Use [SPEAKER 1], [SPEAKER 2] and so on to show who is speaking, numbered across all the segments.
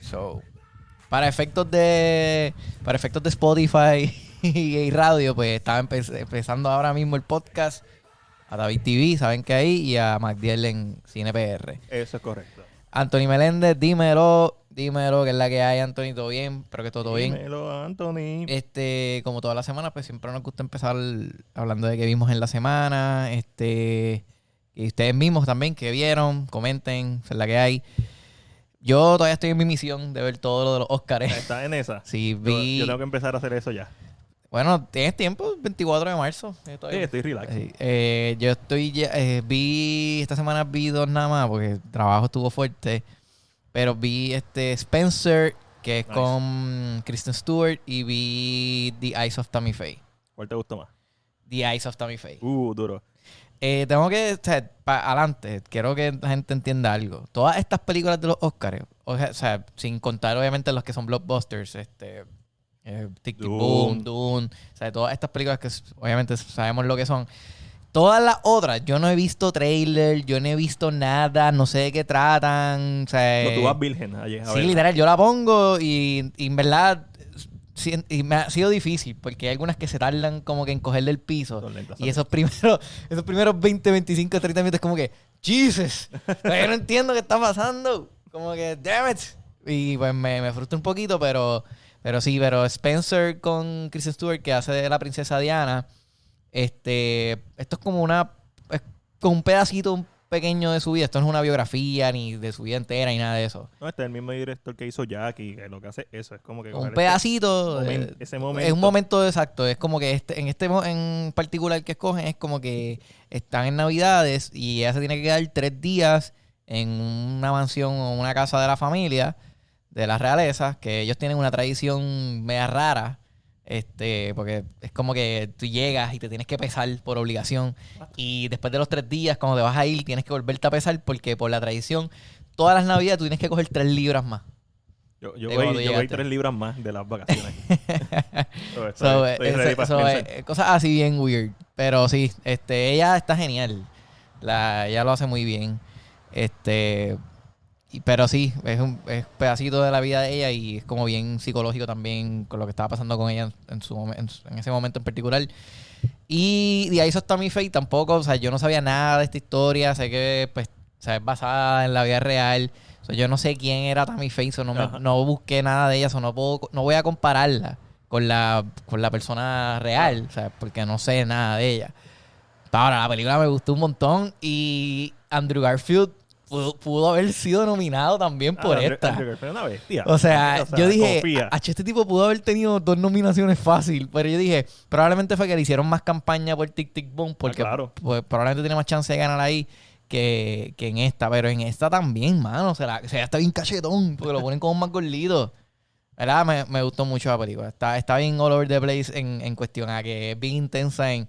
[SPEAKER 1] So, para efectos de para efectos de Spotify y, y radio, pues estaba empe- empezando ahora mismo el podcast a David TV, saben que ahí, y a MacDiel en CinePR.
[SPEAKER 2] Eso es correcto.
[SPEAKER 1] Anthony Meléndez, dímelo, dímelo, que es la que hay, Anthony, todo bien, espero que todo, todo bien.
[SPEAKER 2] Dímelo, Anthony.
[SPEAKER 1] Este, como todas las semanas, pues siempre nos gusta empezar hablando de qué vimos en la semana. Este, y ustedes mismos también que vieron, comenten, es la que hay. Yo todavía estoy en mi misión de ver todo lo de los Óscares.
[SPEAKER 2] Está en esa.
[SPEAKER 1] Sí,
[SPEAKER 2] Yo-
[SPEAKER 1] vi.
[SPEAKER 2] Yo, tengo que empezar a hacer eso ya.
[SPEAKER 1] Bueno, tienes tiempo, 24 de marzo. Yo
[SPEAKER 2] Sí,
[SPEAKER 1] todavía-
[SPEAKER 2] estoy relax.
[SPEAKER 1] Sí, eh, yo estoy ya, eh, vi esta semana vi dos nada más porque el trabajo estuvo fuerte, pero vi este Spencer que es
[SPEAKER 2] Nice.
[SPEAKER 1] con Kristen Stewart y vi The Eyes of Tammy Faye.
[SPEAKER 2] ¿Cuál te gustó más?
[SPEAKER 1] The Eyes of Tammy Faye.
[SPEAKER 2] Uh, duro.
[SPEAKER 1] Eh, tengo que, o sea, pa- adelante, quiero que la gente entienda algo. Todas estas películas de los Oscars, o sea, o sea, sin contar obviamente los que son blockbusters, este, eh, Tic Tic Boom,
[SPEAKER 2] Dune.
[SPEAKER 1] Dune, o sea, todas estas películas que s- obviamente sabemos lo que son. Todas las otras, yo no he visto trailer, yo no he visto nada, no sé de qué tratan, o sea...
[SPEAKER 2] No, tú vas virgen ayer. a
[SPEAKER 1] Eh, Sí,
[SPEAKER 2] verla.
[SPEAKER 1] literal, yo la pongo y, y en verdad sí, y me ha sido difícil porque hay algunas que se tardan como que en cogerle el piso.
[SPEAKER 2] Son lentas, son
[SPEAKER 1] Y esos primeros, esos primeros 20, 25, 30 minutos es como que, Jesus, yo no entiendo qué está pasando. Como que, damn it. Y pues me, me frustra un poquito, pero, pero sí, pero Spencer con Kristen Stewart, que hace de la princesa Diana, este, esto es como una, es como un pedacito un pequeño de su vida. Esto no es una biografía ni de su vida entera ni nada de eso.
[SPEAKER 2] No, este es el mismo director que hizo Jackie, que lo que hace eso es como que...
[SPEAKER 1] Un
[SPEAKER 2] coger este
[SPEAKER 1] pedacito.
[SPEAKER 2] ese,
[SPEAKER 1] de-
[SPEAKER 2] momen- ese momento.
[SPEAKER 1] Es un momento exacto. Es como que este, en este mo- en particular que escogen es como que están en Navidades y ella se tiene que quedar tres días en una mansión o una casa de la familia, de las realezas, que ellos tienen una tradición media rara. Este, porque es como que tú llegas y te tienes que pesar por obligación. Y después de los tres días, cuando te vas a ir, tienes que volverte a pesar porque por la tradición, todas las navidades tú tienes que coger tres libras más.
[SPEAKER 2] Yo, yo,
[SPEAKER 1] de
[SPEAKER 2] voy,
[SPEAKER 1] cuando
[SPEAKER 2] yo voy
[SPEAKER 1] llegaste.
[SPEAKER 2] tres libras más de las vacaciones. Pero estoy-
[SPEAKER 1] So, eh,
[SPEAKER 2] estoy
[SPEAKER 1] esa-
[SPEAKER 2] ready para
[SPEAKER 1] so,
[SPEAKER 2] pensar.
[SPEAKER 1] eh, cosas así bien weird. Pero sí, este, ella está genial. La, ella lo hace muy bien. Este, y- pero sí, es un es pedacito de la vida de ella y es como bien psicológico también con lo que estaba pasando con ella en, en su, momen- en, su- en ese momento en particular. Y de ahí eso está mi fe tampoco. O sea, yo no sabía nada de esta historia. Sé que pues, o sea, es basada en la vida real. O sea, yo no sé quién era Tammy Faye, o no, me-
[SPEAKER 2] Ajá.
[SPEAKER 1] no busqué nada de ella, o no puedo, co- no voy a compararla con la, con la persona real, o sea, porque no sé nada de ella. Ahora, la película me gustó un montón y Andrew Garfield pudo, pudo haber sido nominado también
[SPEAKER 2] Ah,
[SPEAKER 1] por
[SPEAKER 2] Andrew-
[SPEAKER 1] esta.
[SPEAKER 2] Andrew Garfield es una bestia.
[SPEAKER 1] O sea, yo dije,
[SPEAKER 2] confía.
[SPEAKER 1] "Ach, este tipo pudo haber tenido dos nominaciones fácil, pero yo dije, probablemente fue que le hicieron más campaña por Tic Tic Boom, porque
[SPEAKER 2] claro.
[SPEAKER 1] pues, probablemente tiene más chance de ganar ahí que, que en esta, pero en esta también, mano, se la, se la está bien cachetón, porque lo ponen como más gordito. ¿Verdad? Me, me gustó mucho la película. Está, está bien all over the place en, en cuestión a que es bien intensa en,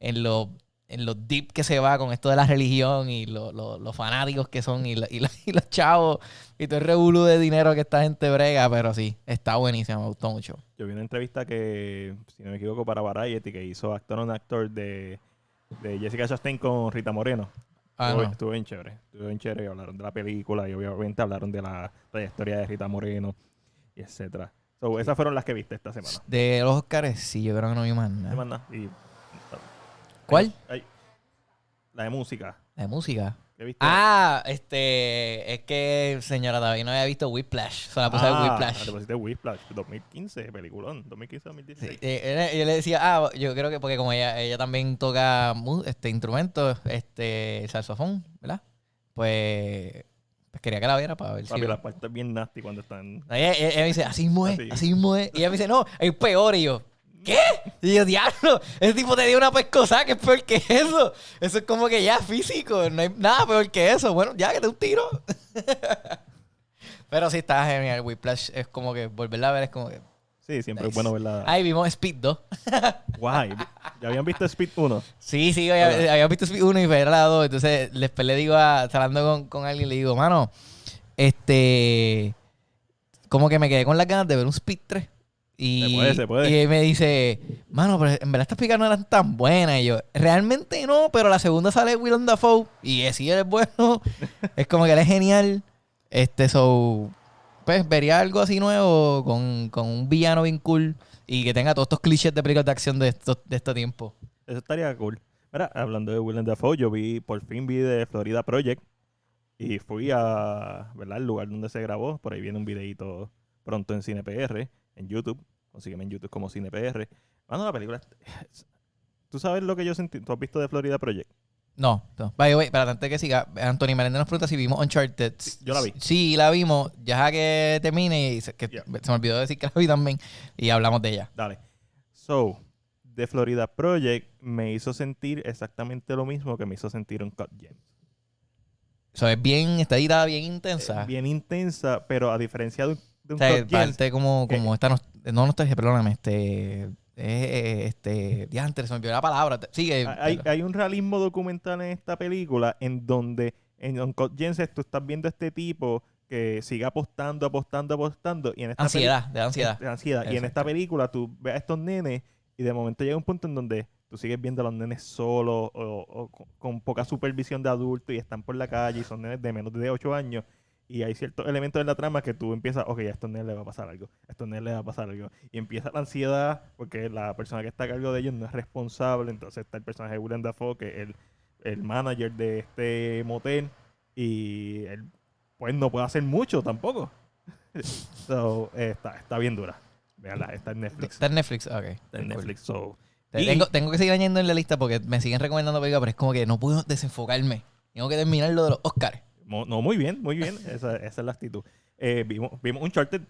[SPEAKER 1] en lo en los deep que se va con esto de la religión y lo- lo- los fanáticos que son y, la- y la- y los chavos y todo el revolú de dinero que esta gente brega, pero sí, está buenísima, me gustó mucho.
[SPEAKER 2] Yo vi una entrevista que, si no me equivoco, para Variety, que hizo actor un actor de, de Jessica Chastain con Rita Moreno.
[SPEAKER 1] Ah,
[SPEAKER 2] estuvo,
[SPEAKER 1] no.
[SPEAKER 2] estuvo bien chévere. Estuvo bien chévere. y Hablaron de la película y obviamente hablaron de la trayectoria de Rita Moreno y etcétera. So, Esas fueron las que viste esta semana.
[SPEAKER 1] De los Oscars, sí, yo creo que no vi más nada.
[SPEAKER 2] Semana. Y-
[SPEAKER 1] ¿Cuál?
[SPEAKER 2] Ay, la de música.
[SPEAKER 1] De música.
[SPEAKER 2] ¿Qué viste?
[SPEAKER 1] Ah, este, es que señora David no había visto Whiplash, se la puse de
[SPEAKER 2] Ah,
[SPEAKER 1] Whiplash.
[SPEAKER 2] Te pusiste Whiplash, 2015, peliculón. 2015-2016.
[SPEAKER 1] Sí, eh, él- yo le decía, ah, yo creo que porque como ella, ella también toca mu- este instrumento, este saxofón, ¿verdad? Pues, pues quería que la viera para ver si.
[SPEAKER 2] Papi, las partes bien nasty cuando están.
[SPEAKER 1] Ella, ella- ella me dice, así mismo es,
[SPEAKER 2] Así.
[SPEAKER 1] así mismo es. Y ella me dice, no, es peor. Y yo, ¿qué? Y yo, diablo, ese tipo te dio una pescosa que es peor que eso. Eso es como que ya físico, no hay nada peor que eso. Bueno, ya que te un tiro. Pero sí, está genial. Whiplash es como que volverla a ver es como que.
[SPEAKER 2] Sí, siempre es
[SPEAKER 1] Nice.
[SPEAKER 2] bueno verla.
[SPEAKER 1] Ahí vimos Speed 2.
[SPEAKER 2] Guay. ¿Ya habían visto Speed 1?
[SPEAKER 1] Sí, sí, había, eh,
[SPEAKER 2] Hola.
[SPEAKER 1] había visto Speed 1 y fue la 2. Entonces, después le digo a, estaba hablando con, con alguien, le digo, mano, este, como que me quedé con las ganas de ver un Speed 3. Y,
[SPEAKER 2] Se puede, se puede.
[SPEAKER 1] y él me dice, mano, pero en verdad estas picas no eran tan buenas. Y yo, realmente no, pero la segunda sale Willem Dafoe. Y eh, sí, él es bueno. es como que él es genial. Este, so, pues vería algo así nuevo con, con un villano bien cool y que tenga todos estos clichés de películas de acción de, estos, de este tiempo.
[SPEAKER 2] Eso estaría cool. Mira, hablando de Willem Dafoe, yo vi, por fin vi de Florida Project y fui a, ¿verdad? El lugar donde se grabó. Por ahí viene un videito pronto en CinePR, en YouTube. Consígueme en YouTube como CinePR. Mano, la película... ¿Tú sabes lo que yo sentí? ¿Tú has visto de Florida Project?
[SPEAKER 1] No, no. By the way, para antes que siga, Anthony Meléndez nos pregunta si vimos Uncharted.
[SPEAKER 2] yo la vi.
[SPEAKER 1] Sí, la vimos. Ya que termine, y se, que
[SPEAKER 2] Yeah.
[SPEAKER 1] se me olvidó decir que la vi también, y hablamos de ella.
[SPEAKER 2] Dale. So, The Florida Project me hizo sentir exactamente lo mismo que me hizo sentir un Cut Gems.
[SPEAKER 1] O sea, es bien, está editada bien intensa.
[SPEAKER 2] Eh, Bien intensa, pero a diferencia de un, de
[SPEAKER 1] o
[SPEAKER 2] un
[SPEAKER 1] sea,
[SPEAKER 2] Cut Gems,
[SPEAKER 1] parte como,
[SPEAKER 2] que-
[SPEAKER 1] como esta, nos- no nostalgia, perdóname, este, eh, eh, este, diantre, se me olvidó la palabra. Te- Sigue.
[SPEAKER 2] Ah, hay, hay un realismo documental en esta película en donde en Uncut Gems tú estás viendo a este tipo que sigue apostando, apostando, apostando. Y en esta peli-
[SPEAKER 1] ansiedad, de ansiedad.
[SPEAKER 2] de ansiedad. Y en esta
[SPEAKER 1] Exacto.
[SPEAKER 2] película tú ves a estos nenes y de momento llega un punto en donde tú sigues viendo a los nenes solos o, o con, con poca supervisión de adultos y están por la calle y son nenes de menos de 8 años. Y hay ciertos elementos en la trama que tú empiezas, ok, a estos nenes les va a pasar algo, a estos nenes les va a pasar algo. Y empieza la ansiedad porque la persona que está a cargo de ellos no es responsable. Entonces está el personaje de Willem Dafoe, que es el, el manager de este motel. Y él, pues, no puede hacer mucho tampoco. So, eh, está, está bien dura. Véanla, está en Netflix.
[SPEAKER 1] Está en Netflix, ok.
[SPEAKER 2] Está en
[SPEAKER 1] Cool.
[SPEAKER 2] Netflix. So,
[SPEAKER 1] Te-
[SPEAKER 2] Y-
[SPEAKER 1] Tengo, tengo que seguir añadiendo en la lista porque me siguen recomendando películas, pero es como que no puedo desenfocarme. Tengo que terminar lo de los Oscars.
[SPEAKER 2] mo- no, muy bien, muy bien. Esa, esa es la actitud. Eh, vimos, vimos un charter.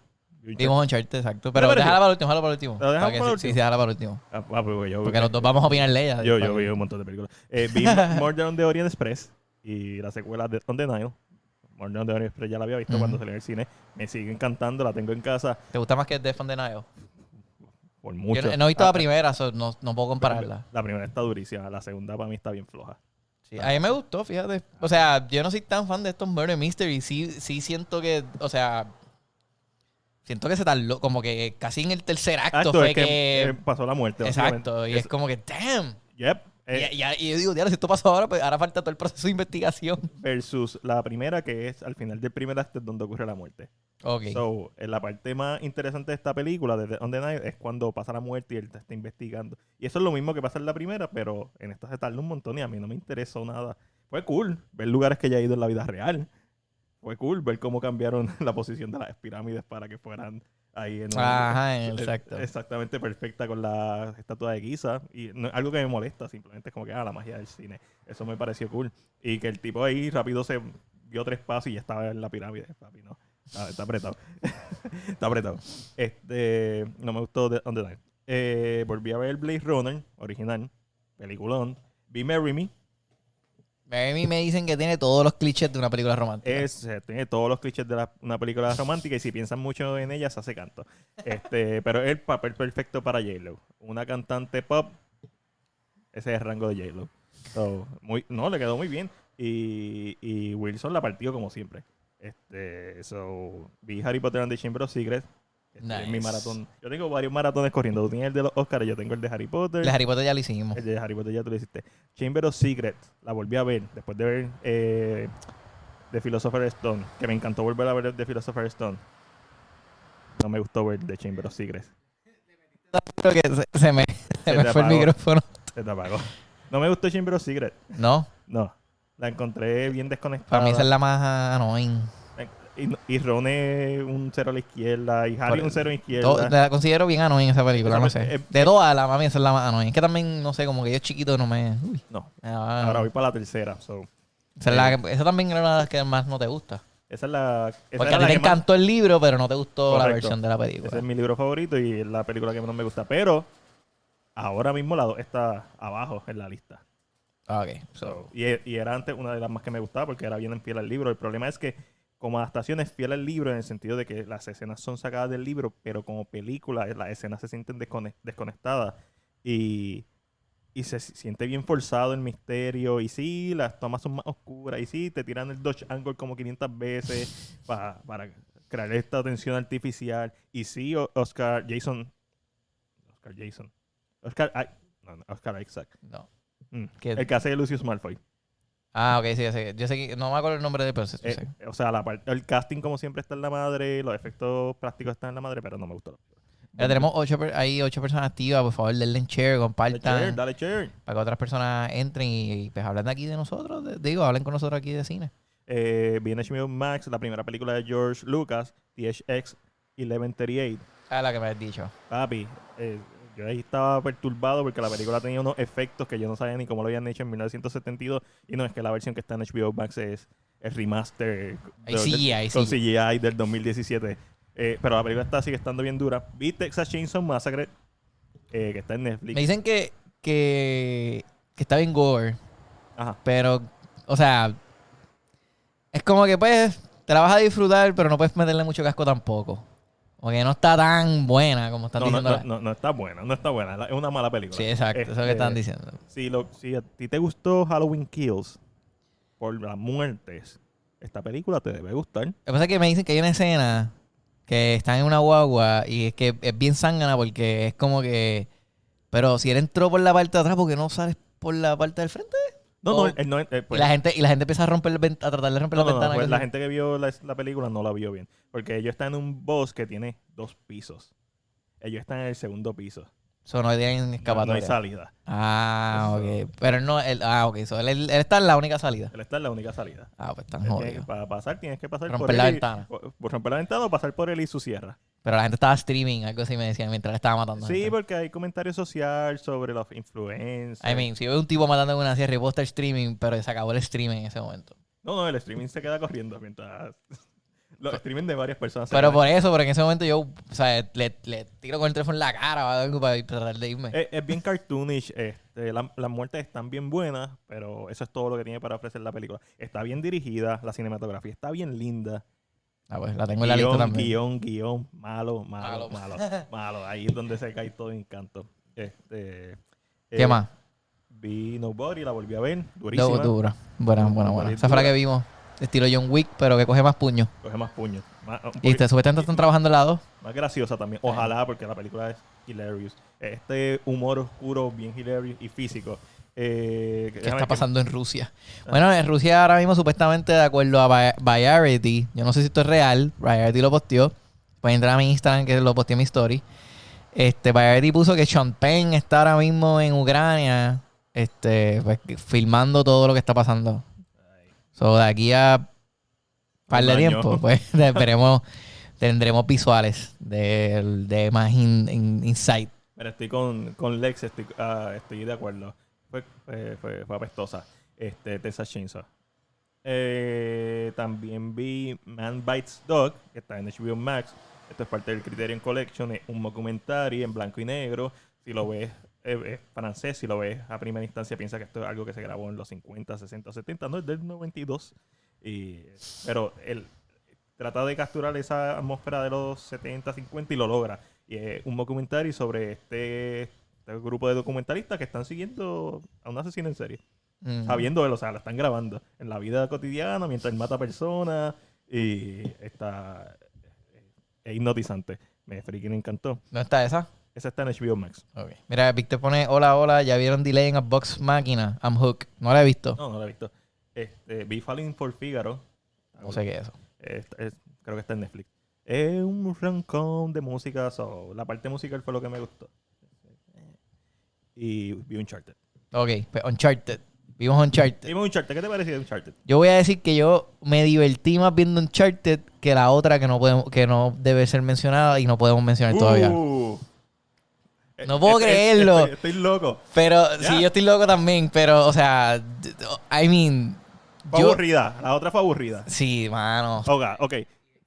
[SPEAKER 1] Vimos Uncharted, exacto. Pero
[SPEAKER 2] Me parece.
[SPEAKER 1] déjala para el último, déjala para el último.
[SPEAKER 2] ¿Lo dejamos
[SPEAKER 1] Para que
[SPEAKER 2] para el
[SPEAKER 1] sí- Sí,
[SPEAKER 2] último?
[SPEAKER 1] déjala para el último.
[SPEAKER 2] Ah, yo,
[SPEAKER 1] Porque los dos vamos a opinar de ella.
[SPEAKER 2] yo, yo vi un montón de películas. Eh, vi Murder on the Orient Express y la secuela de On the Nile. Murder on the Orient Express ya la había visto
[SPEAKER 1] Ujú.
[SPEAKER 2] cuando salió en el cine. Me sigue encantando, la tengo en casa
[SPEAKER 1] ¿Te gusta más que Death on the Nile?
[SPEAKER 2] por
[SPEAKER 1] Yo
[SPEAKER 2] mucho.
[SPEAKER 1] no, no he visto
[SPEAKER 2] Ah,
[SPEAKER 1] la primera, so no, no puedo compararla.
[SPEAKER 2] La primera está durísima, la segunda para mí está bien floja.
[SPEAKER 1] Sí, a mí me gustó, fíjate. O sea, yo no soy tan fan de estos murder mystery. Sí, sí siento que, o sea, siento que se tardó, como que casi en el tercer acto
[SPEAKER 2] Acto,
[SPEAKER 1] fue
[SPEAKER 2] es
[SPEAKER 1] que...
[SPEAKER 2] que, eh, pasó la muerte. básicamente.
[SPEAKER 1] exacto, y es,
[SPEAKER 2] Es-
[SPEAKER 1] como que, damn.
[SPEAKER 2] Yep, eh,
[SPEAKER 1] Y- y, y yo digo, diablo, si esto pasó ahora, pues ahora falta todo el proceso de investigación.
[SPEAKER 2] versus la primera que es al final del primer acto es donde ocurre la muerte.
[SPEAKER 1] Ok.
[SPEAKER 2] So, eh, la parte más interesante de esta película de The- On the Night es cuando pasa la muerte y él te está investigando. Y eso es lo mismo que pasa en la primera, pero en esta se tardó un montón y a mí no me interesó nada. Fue cool ver lugares que ya he ido en la vida real. Fue cool ver cómo cambiaron la posición de las pirámides para que fueran ahí en una-
[SPEAKER 1] Ajá,
[SPEAKER 2] eh,
[SPEAKER 1] exacto.
[SPEAKER 2] Exactamente perfecta con la estatua de Giza. Y no- algo que me molesta, simplemente es como que, ah, la magia del cine. Eso me pareció cool. Y que el tipo ahí rápido se dio tres pasos y ya estaba en la pirámide, papi, ¿no? Está, está apretado. está apretado. Este, no me gustó de On The Line. Eh, volví a ver Blade Runner, original, peliculón. Vi Marry Me.
[SPEAKER 1] A mí me dicen que tiene todos los clichés de una película romántica.
[SPEAKER 2] Es, eh, tiene todos los clichés de la- una película romántica y si piensan mucho en ella, se hace canto. Este, pero es el papel perfecto para J-Lo. Una cantante pop, ese es el rango de J-Lo. So, muy, no, le quedó muy bien. Y, y Wilson la partió como siempre. Este, so, vi Harry Potter and the Chamber of Secrets. Este es mi
[SPEAKER 1] Nice.
[SPEAKER 2] maratón. Yo tengo varios maratones corriendo. Tú tienes el de los Oscars, yo tengo el de Harry Potter.
[SPEAKER 1] La Harry Potter ya lo hicimos.
[SPEAKER 2] El de Harry Potter ya tú lo hiciste. Chamber of Secrets, la volví a ver después de ver eh, The Philosopher's Stone, que me encantó volver a ver The Philosopher's Stone. No me gustó ver The Chamber of Secrets.
[SPEAKER 1] Creo que se, se me, se
[SPEAKER 2] te
[SPEAKER 1] me fue el
[SPEAKER 2] apagó.
[SPEAKER 1] micrófono.
[SPEAKER 2] Se te apagó. No me gustó Chamber of Secrets.
[SPEAKER 1] No,
[SPEAKER 2] No. La encontré bien desconectada. Eh,
[SPEAKER 1] para mí esa es la más annoying.
[SPEAKER 2] y, y Ron es un cero a la izquierda. Y Harry
[SPEAKER 1] Por-
[SPEAKER 2] un cero a la izquierda.
[SPEAKER 1] Pues, To- la considero bien annoying esa película,
[SPEAKER 2] Esa
[SPEAKER 1] no
[SPEAKER 2] pe-
[SPEAKER 1] sé.
[SPEAKER 2] eh,
[SPEAKER 1] De todas, la mami, esa es la más annoying. Es que también, no sé, como que yo chiquito no me... uy,
[SPEAKER 2] No.
[SPEAKER 1] ah,
[SPEAKER 2] Ahora voy para la tercera. so.
[SPEAKER 1] esa, es la que- esa también era una de las que más no te gusta.
[SPEAKER 2] Esa es la. Esa
[SPEAKER 1] Porque
[SPEAKER 2] era
[SPEAKER 1] a ti
[SPEAKER 2] la
[SPEAKER 1] te
[SPEAKER 2] que más-
[SPEAKER 1] encantó el libro, pero no te gustó la
[SPEAKER 2] Correcto.
[SPEAKER 1] versión de la
[SPEAKER 2] Ese
[SPEAKER 1] película.
[SPEAKER 2] es mi libro favorito y es la película que menos me gusta. Pero ahora mismo la dos está abajo en la lista.
[SPEAKER 1] Ah, Ok, so,
[SPEAKER 2] Y, e- y era antes una de las más que me gustaba porque era bien fiel al libro. El problema es que como adaptación es fiel al libro en el sentido de que las escenas son sacadas del libro, pero como película eh, las escenas se sienten descone- desconectadas y, y se si- siente bien forzado el misterio. Y sí, las tomas son más oscuras y sí, te tiran el Dodge Angle como 500 veces pa- para crear esta tensión artificial. Y sí, O- Oscar Jason. Oscar Jason. Oscar, I- no, no, Oscar Isaac.
[SPEAKER 1] no.
[SPEAKER 2] Mm.
[SPEAKER 1] ¿Qué?
[SPEAKER 2] El que hace de Lucius Malfoy.
[SPEAKER 1] Ah, ok, sí, ya sé. Yo sé que no me acuerdo el nombre del pero sí, sí,
[SPEAKER 2] Eh,
[SPEAKER 1] sí.
[SPEAKER 2] o sea, la parte, el casting como siempre está en la madre, los efectos prácticos están en la madre, pero no me gustó. la película.
[SPEAKER 1] Ya tenemos ocho, per- hay ocho personas activas. Por favor, denle en share,
[SPEAKER 2] Dale share,
[SPEAKER 1] compartan.
[SPEAKER 2] dale share.
[SPEAKER 1] Para que otras personas entren y, y, pues hablen de aquí de nosotros. de- digo, hablen con nosotros aquí de cine.
[SPEAKER 2] Eh, viene HBO Max, la primera película de George Lucas, THX 1138.
[SPEAKER 1] Ah, la que me has dicho.
[SPEAKER 2] Papi, eh, yo ahí estaba perturbado porque la película tenía unos efectos que yo no sabía ni cómo lo habían hecho en 1972. Y no es que la versión que está en HBO Max es el remaster
[SPEAKER 1] Ahí
[SPEAKER 2] de-
[SPEAKER 1] sí,
[SPEAKER 2] de-
[SPEAKER 1] ahí
[SPEAKER 2] con
[SPEAKER 1] sí.
[SPEAKER 2] CGI del 2017. Eh, pero la película está, sigue estando bien dura. Vi Texas Chainsaw Massacre, eh, que está en
[SPEAKER 1] Me
[SPEAKER 2] Netflix.
[SPEAKER 1] dicen que, que, que está bien gore,
[SPEAKER 2] Ajá.
[SPEAKER 1] pero, o sea, es como que pues te la vas a disfrutar, pero no puedes meterle mucho casco tampoco. Porque no está tan buena como están
[SPEAKER 2] No, no,
[SPEAKER 1] diciendo.
[SPEAKER 2] no,
[SPEAKER 1] la-
[SPEAKER 2] no, no está buena, no está buena. la- Es una mala película.
[SPEAKER 1] Sí, exacto, eso es lo que
[SPEAKER 2] Este,
[SPEAKER 1] están diciendo.
[SPEAKER 2] Si, lo- si a ti te gustó Halloween Kills por las muertes, esta película te debe gustar.
[SPEAKER 1] Lo que pasa es que me dicen que hay una escena que están en una guagua y es que es bien zángana porque es como que. Pero si él entró por la parte de atrás, ¿por qué no sales por la parte del frente?
[SPEAKER 2] No,
[SPEAKER 1] Oh.
[SPEAKER 2] no, él no eh,
[SPEAKER 1] y,
[SPEAKER 2] pues,
[SPEAKER 1] la gente, y la gente empieza a romper la vent- a tratar de romper
[SPEAKER 2] no,
[SPEAKER 1] la
[SPEAKER 2] no, no,
[SPEAKER 1] ventana.
[SPEAKER 2] pues,
[SPEAKER 1] y
[SPEAKER 2] la
[SPEAKER 1] cosas.
[SPEAKER 2] gente que vio la, la película no la vio bien. Porque ellos están en un bus que tiene dos pisos. Ellos están en el segundo piso.
[SPEAKER 1] So, no tienen
[SPEAKER 2] No, no
[SPEAKER 1] escapatoria.
[SPEAKER 2] hay salida.
[SPEAKER 1] Ah,
[SPEAKER 2] Eso.
[SPEAKER 1] ok. Pero él no, él, ah, ok. So, él, él- él está en la única salida.
[SPEAKER 2] Él está en la única salida.
[SPEAKER 1] Ah, pues están
[SPEAKER 2] Él tiene que-
[SPEAKER 1] jodidos.
[SPEAKER 2] para pasar tienes que pasar por
[SPEAKER 1] Romper
[SPEAKER 2] él.
[SPEAKER 1] la
[SPEAKER 2] y-
[SPEAKER 1] ventana.
[SPEAKER 2] o- por romper la ventana o pasar por él y su sierra.
[SPEAKER 1] Pero la gente estaba streaming, algo así me decían, mientras la estaba matando.
[SPEAKER 2] Sí,
[SPEAKER 1] gente.
[SPEAKER 2] porque hay comentario social sobre los influencers.
[SPEAKER 1] I mean, si veo un tipo matando en una sierra y puedo estar streaming, pero se acabó el streaming en ese momento.
[SPEAKER 2] No, no, el streaming se queda corriendo mientras. Los streaming de varias personas. se
[SPEAKER 1] Pero
[SPEAKER 2] quedan.
[SPEAKER 1] por eso, porque en ese momento yo, o sea, le, le tiro con el teléfono en la cara o algo para tratar de irme.
[SPEAKER 2] Eh, Es, es bien cartoonish. Este, la- las muertes están bien buenas, pero eso es todo lo que tiene para ofrecer la película. Está bien dirigida, la cinematografía está bien linda.
[SPEAKER 1] Ah, pues la tengo en la lista
[SPEAKER 2] Guión,
[SPEAKER 1] también.
[SPEAKER 2] guión, guión, malo, malo,
[SPEAKER 1] Malo.
[SPEAKER 2] malo, malo. Ahí es donde se cae todo encanto. Este,
[SPEAKER 1] ¿Qué
[SPEAKER 2] eh,
[SPEAKER 1] más?
[SPEAKER 2] Vi Nobody, la volví a ver, durísima.
[SPEAKER 1] Dura, dura. Buena, buena, buena. Esa fue la
[SPEAKER 2] Dura.
[SPEAKER 1] que vimos. Estilo John Wick, pero que coge más puños.
[SPEAKER 2] Coge más puños. Más, un
[SPEAKER 1] Y este,
[SPEAKER 2] poquito-
[SPEAKER 1] supuestamente están trabajando la dos.
[SPEAKER 2] más graciosa también. Ojalá, porque la película es hilarious. Este humor oscuro, bien hilarious y físico. Eh,
[SPEAKER 1] ¿Qué
[SPEAKER 2] déjame
[SPEAKER 1] está
[SPEAKER 2] que-
[SPEAKER 1] pasando en Rusia?
[SPEAKER 2] Ah.
[SPEAKER 1] Bueno, en Rusia ahora mismo supuestamente de acuerdo a Vi- Variety, yo no sé si esto es real, Variety lo posteó, pueden entrar a mi Instagram que lo posteé en mi story. Este, Variety puso que Sean Penn está ahora mismo en Ucrania, este, pues, que- filmando todo lo que está pasando. So, de aquí a par
[SPEAKER 2] Un
[SPEAKER 1] de
[SPEAKER 2] año.
[SPEAKER 1] tiempo, pues veremos, tendremos visuales de, de más in- in- insight.
[SPEAKER 2] Mira, estoy con, con Lex, estoy, ah, estoy de acuerdo. Fue, fue, fue, fue apestosa. Este, Tessa Chainsaw. Eh, también vi Man Bites Dog, que está en HBO Max. Esto es parte del Criterion Collection. Es un documentary en blanco y negro. Si lo ves, eh, es francés. Si lo ves a primera instancia, piensa que esto es algo que se grabó en los 50, 60, 70. No, es del 92. Y, pero él trata de capturar esa atmósfera de los 70, 50 y lo logra. Y es un documentario sobre este, este grupo de documentalistas que están siguiendo a un asesino en serie.
[SPEAKER 1] Mm.
[SPEAKER 2] Sabiendo él, o sea, la están grabando en la vida cotidiana mientras él mata personas y está es hipnotizante. Me freaking encantó.
[SPEAKER 1] Mm. ¿Dónde está esa?
[SPEAKER 2] Esa está en HBO Max.
[SPEAKER 1] Ok. Mira, Víctor pone, hola, hola, ya vieron Delay en a Box Máquina, I'm Hook. No la he visto.
[SPEAKER 2] No, no la he visto. Este, vi Falling for Figaro.
[SPEAKER 1] No, sé qué es eso.
[SPEAKER 2] Es- es- creo que está en Netflix. Es un rancón de música, so, la parte musical fue lo que me gustó. Y vi Uncharted.
[SPEAKER 1] Ok, pues Uncharted. Vimos Uncharted.
[SPEAKER 2] Dime Uncharted, ¿qué te pareció de Uncharted?
[SPEAKER 1] Yo voy a decir que yo me divertí más viendo Uncharted que la otra que no podemos, que no debe ser mencionada y no podemos mencionar todavía.
[SPEAKER 2] Uh. Eh,
[SPEAKER 1] No puedo
[SPEAKER 2] eh, eh,
[SPEAKER 1] creerlo.
[SPEAKER 2] Estoy, estoy loco.
[SPEAKER 1] Pero
[SPEAKER 2] Ya.
[SPEAKER 1] sí, yo estoy loco también, pero, o sea, d- d- I mean,
[SPEAKER 2] Fue
[SPEAKER 1] yo...
[SPEAKER 2] aburrida. La otra fue aburrida.
[SPEAKER 1] Sí, mano.
[SPEAKER 2] Oga, ok.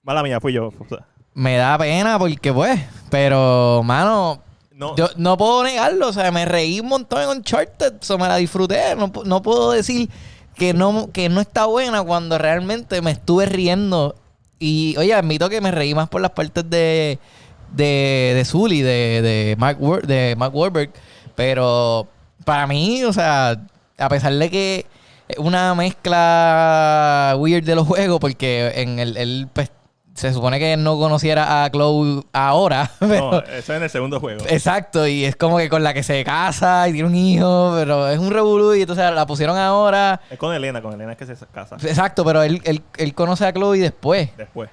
[SPEAKER 2] Mala mía, fui yo. O sea,
[SPEAKER 1] Me da pena porque pues, pero, mano,
[SPEAKER 2] No,
[SPEAKER 1] Yo no puedo negarlo, o sea, me reí un montón en Uncharted, o sea, me la disfruté, no, pu- no puedo decir que no, que no está buena cuando realmente me estuve riendo. Y oye, admito que me reí más por las partes de, de, de Zully, de, de, Mark Wahl- de Mark Wahlberg, pero para mí, o sea, a pesar de que es una mezcla weird de los juegos, porque en el, él, pues, se supone que no conociera a Chloe ahora. pero- Eh.
[SPEAKER 2] No, eso es en el segundo juego.
[SPEAKER 1] Exacto, y es como que con la que se casa y tiene un hijo, pero es un revolú y entonces la pusieron ahora.
[SPEAKER 2] Es con Elena, con Elena es que se casa
[SPEAKER 1] Exacto, pero él, él, él conoce a Chloe después.
[SPEAKER 2] después.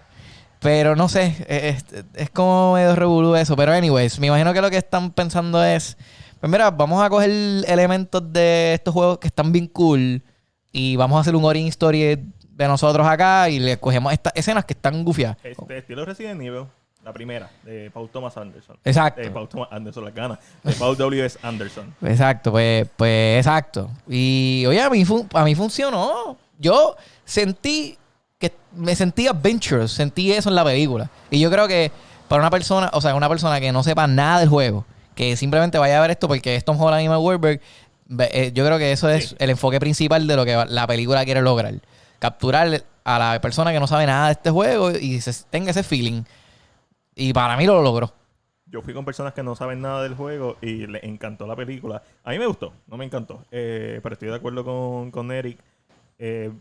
[SPEAKER 1] Pero no sé, es, es- es como medio revolú eso. Pero anyways, me imagino que lo que están pensando es, pues mira, vamos a coger elementos de estos juegos que están bien cool y vamos a hacer un origin story de nosotros acá y le cogemos estas escenas que están gufias.
[SPEAKER 2] Este estilo Resident Evil, la primera, de Paul Thomas Anderson.
[SPEAKER 1] Exacto.
[SPEAKER 2] De Eh, Paul Thomas Anderson, las ganas. De Paul W.S. Anderson.
[SPEAKER 1] Exacto, pues, pues exacto. Y oye, a mí, fun- a mí funcionó. Yo sentí que me sentí adventurous, sentí eso en la película. Y yo creo que para una persona, o sea, una persona que no sepa nada del juego, que simplemente vaya a ver esto porque es Tom Holland y Mark Wahlberg, ve- eh, yo creo que eso es
[SPEAKER 2] Sí.
[SPEAKER 1] el enfoque principal de lo que va- la película quiere lograr. Capturar a la persona que no sabe nada de este juego y se, tenga ese feeling. Y para mí lo logró.
[SPEAKER 2] Yo fui con personas que no saben nada del juego y le encantó la película. A mí me gustó, no me encantó. eh, pero estoy de acuerdo con, con Eric. Eh,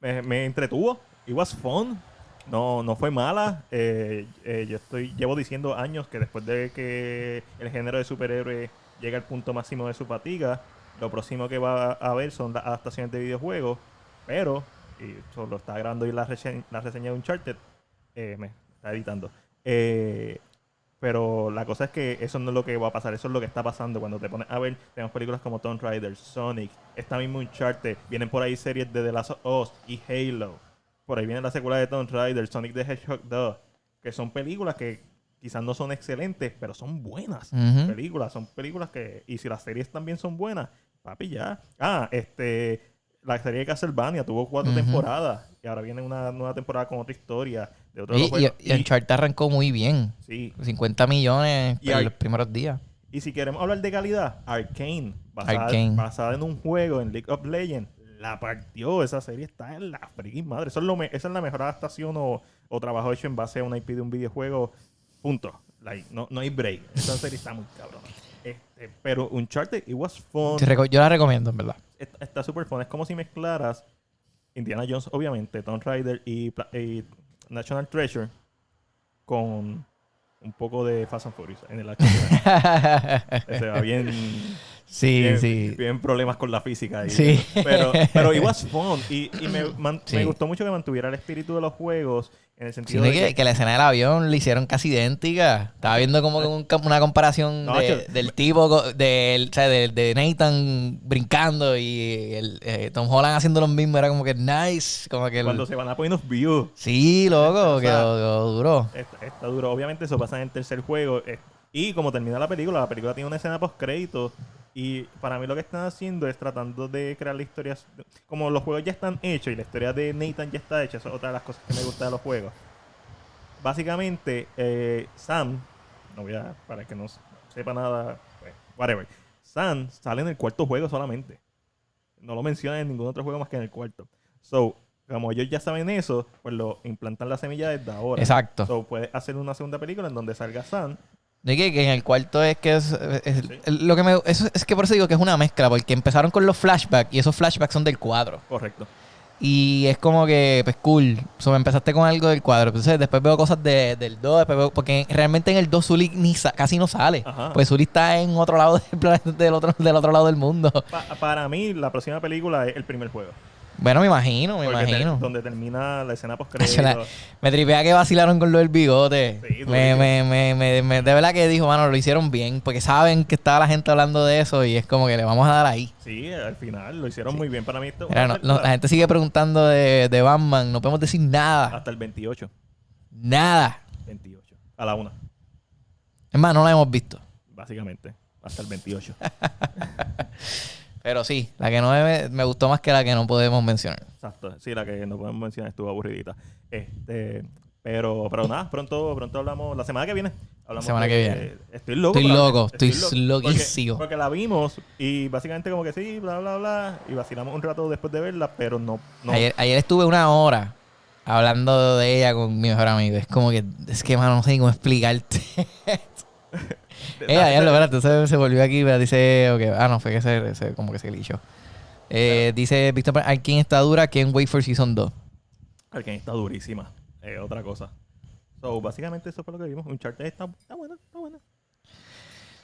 [SPEAKER 2] me, me entretuvo. It was fun. No, no fue mala. Eh, eh, yo estoy, llevo diciendo años que después de que el género de superhéroe llega al punto máximo de su fatiga, lo próximo que va a haber son las adaptaciones de videojuegos. Pero, y esto lo está grabando y la, rese- la reseña de Uncharted, eh, me está editando. Eh, pero la cosa es que eso no es lo que va a pasar, eso es lo que está pasando. Cuando te pones a ver, tenemos películas como Tomb Raider, Sonic, está mismo Uncharted, vienen por ahí series de The Last of Us y Halo. Por ahí viene la secuela de Tomb Raider, Sonic the Hedgehog 2, que son películas que quizás no son excelentes, pero son buenas
[SPEAKER 1] Ujú.
[SPEAKER 2] películas, son películas que y si las series también son buenas, papi ya. Ah, este la serie de Castlevania tuvo cuatro
[SPEAKER 1] Ujú.
[SPEAKER 2] temporadas y ahora viene una nueva temporada con otra historia de otro
[SPEAKER 1] Y, y,
[SPEAKER 2] juego.
[SPEAKER 1] y Uncharted arrancó muy bien.
[SPEAKER 2] sí,
[SPEAKER 1] 50 millones
[SPEAKER 2] Y
[SPEAKER 1] en
[SPEAKER 2] hay-
[SPEAKER 1] los primeros días.
[SPEAKER 2] Y si queremos hablar de calidad, Arkane, basada,
[SPEAKER 1] Arcane.
[SPEAKER 2] basada en un juego, en League of Legends, la partió. Esa serie está en la freaking madre. Eso es lo me- esa es la mejor adaptación o, o trabajo hecho en base a una IP de un videojuego. Punto. Like, no, no hay break. Esa serie está muy cabrona. Este, pero Uncharted, it was fun.
[SPEAKER 1] Te reco- Yo la recomiendo, en verdad.
[SPEAKER 2] Est- Está super fun. Es como si mezclaras Indiana Jones, obviamente, Tomb Raider y, Pla- y National Treasure con un poco de Fast and Furious en el action. Se va bien
[SPEAKER 1] sí,
[SPEAKER 2] bien,
[SPEAKER 1] sí.
[SPEAKER 2] bien problemas con la física. ahí.
[SPEAKER 1] Sí.
[SPEAKER 2] Pero, pero it was fun. Y, y me, man-
[SPEAKER 1] Sí.
[SPEAKER 2] me gustó mucho que mantuviera el espíritu de los juegos en el sentido
[SPEAKER 1] Sino
[SPEAKER 2] de
[SPEAKER 1] que, que la escena del avión le hicieron casi idéntica. Estaba viendo como que un ca- una comparación
[SPEAKER 2] No,
[SPEAKER 1] de-
[SPEAKER 2] yo-
[SPEAKER 1] del tipo, co- del, o sea, de, de Nathan brincando y el, eh, Tom Holland haciendo lo mismo. Era como que nice. Como que el-
[SPEAKER 2] cuando se van a point of view.
[SPEAKER 1] Sí, loco,
[SPEAKER 2] O
[SPEAKER 1] que
[SPEAKER 2] sea,
[SPEAKER 1] lo, lo duró.
[SPEAKER 2] Está, está duro. Obviamente eso pasa en el tercer juego. eh, y como termina la película, la película tiene una escena post crédito. Y para mí lo que están haciendo es tratando de crear la historia. Como los juegos ya están hechos y la historia de Nathan ya está hecha, eso es otra de las cosas que me gusta de los juegos. Básicamente, eh, Sam, no voy a, para el que no sepa nada, pues, whatever. Sam sale en el cuarto juego solamente. No lo mencionan en ningún otro juego más que en el cuarto. So, como ellos ya saben eso, pues lo implantan la semilla desde ahora.
[SPEAKER 1] Exacto.
[SPEAKER 2] So, puedes hacer una segunda película en donde salga Sam.
[SPEAKER 1] De que, que en el cuarto es que es, es-
[SPEAKER 2] Sí.
[SPEAKER 1] lo que me, eso- es que por eso digo que es una mezcla, porque empezaron con los flashbacks y esos flashbacks son del cuadro.
[SPEAKER 2] Correcto.
[SPEAKER 1] Y es como que, pues cool. O sea, empezaste con algo del cuadro. Entonces, después veo cosas de- del 2. Después veo, porque realmente en el 2 Zully ni sa- casi no sale.
[SPEAKER 2] Ajá.
[SPEAKER 1] Pues Zully está en otro lado del, planeta- del otro, del otro lado del mundo.
[SPEAKER 2] Pa- para mí, la próxima película es el primer juego.
[SPEAKER 1] Bueno, me imagino, me
[SPEAKER 2] Porque te-
[SPEAKER 1] imagino.
[SPEAKER 2] donde termina la escena post
[SPEAKER 1] La- me tripea que vacilaron con lo del bigote.
[SPEAKER 2] Sí, durísimo.
[SPEAKER 1] me, me, me, me- me- de verdad que dijo, mano, lo hicieron bien. Porque saben que estaba la gente hablando de eso y es como que le vamos a dar ahí.
[SPEAKER 2] Sí, al final lo hicieron muy bien. Para mí, esto es
[SPEAKER 1] Mira, no- no,
[SPEAKER 2] una
[SPEAKER 1] la
[SPEAKER 2] película
[SPEAKER 1] gente sigue preguntando de, de Batman. No podemos decir nada.
[SPEAKER 2] hasta el 28.
[SPEAKER 1] Nada.
[SPEAKER 2] 28. A la una,
[SPEAKER 1] Es más, no la hemos visto.
[SPEAKER 2] básicamente. Hasta el 28.
[SPEAKER 1] Pero sí, la que no me, me gustó más que la que no podemos mencionar.
[SPEAKER 2] Exacto. Sí, la que no podemos mencionar estuvo aburridita. Este, pero, pero nada, pronto, pronto hablamos. La semana que viene. Hablamos
[SPEAKER 1] Semana
[SPEAKER 2] de-
[SPEAKER 1] que viene.
[SPEAKER 2] Estoy loco.
[SPEAKER 1] Estoy
[SPEAKER 2] para-
[SPEAKER 1] loco, estoy
[SPEAKER 2] porque-
[SPEAKER 1] loquísimo.
[SPEAKER 2] Porque, la vimos y básicamente como que sí, bla, bla, bla. Y vacilamos un rato después de verla, pero no. no
[SPEAKER 1] Ayer, ayer estuve una hora hablando de ella con mi mejor amigo. Es como que, es que, mano, no sé ni cómo explicarte. eh, ayer, lo verdad, se, se volvió aquí, pero dice, ok, ah, no, fue que se, se- como que se glitchó. Eh, Dice Víctor, Pérez, ¿a quién está dura? ¿Quién wait for season 2?
[SPEAKER 2] Arkane está durísima. Eh, otra cosa. So, básicamente eso fue lo que vimos. Uncharted está, está bueno, está bueno.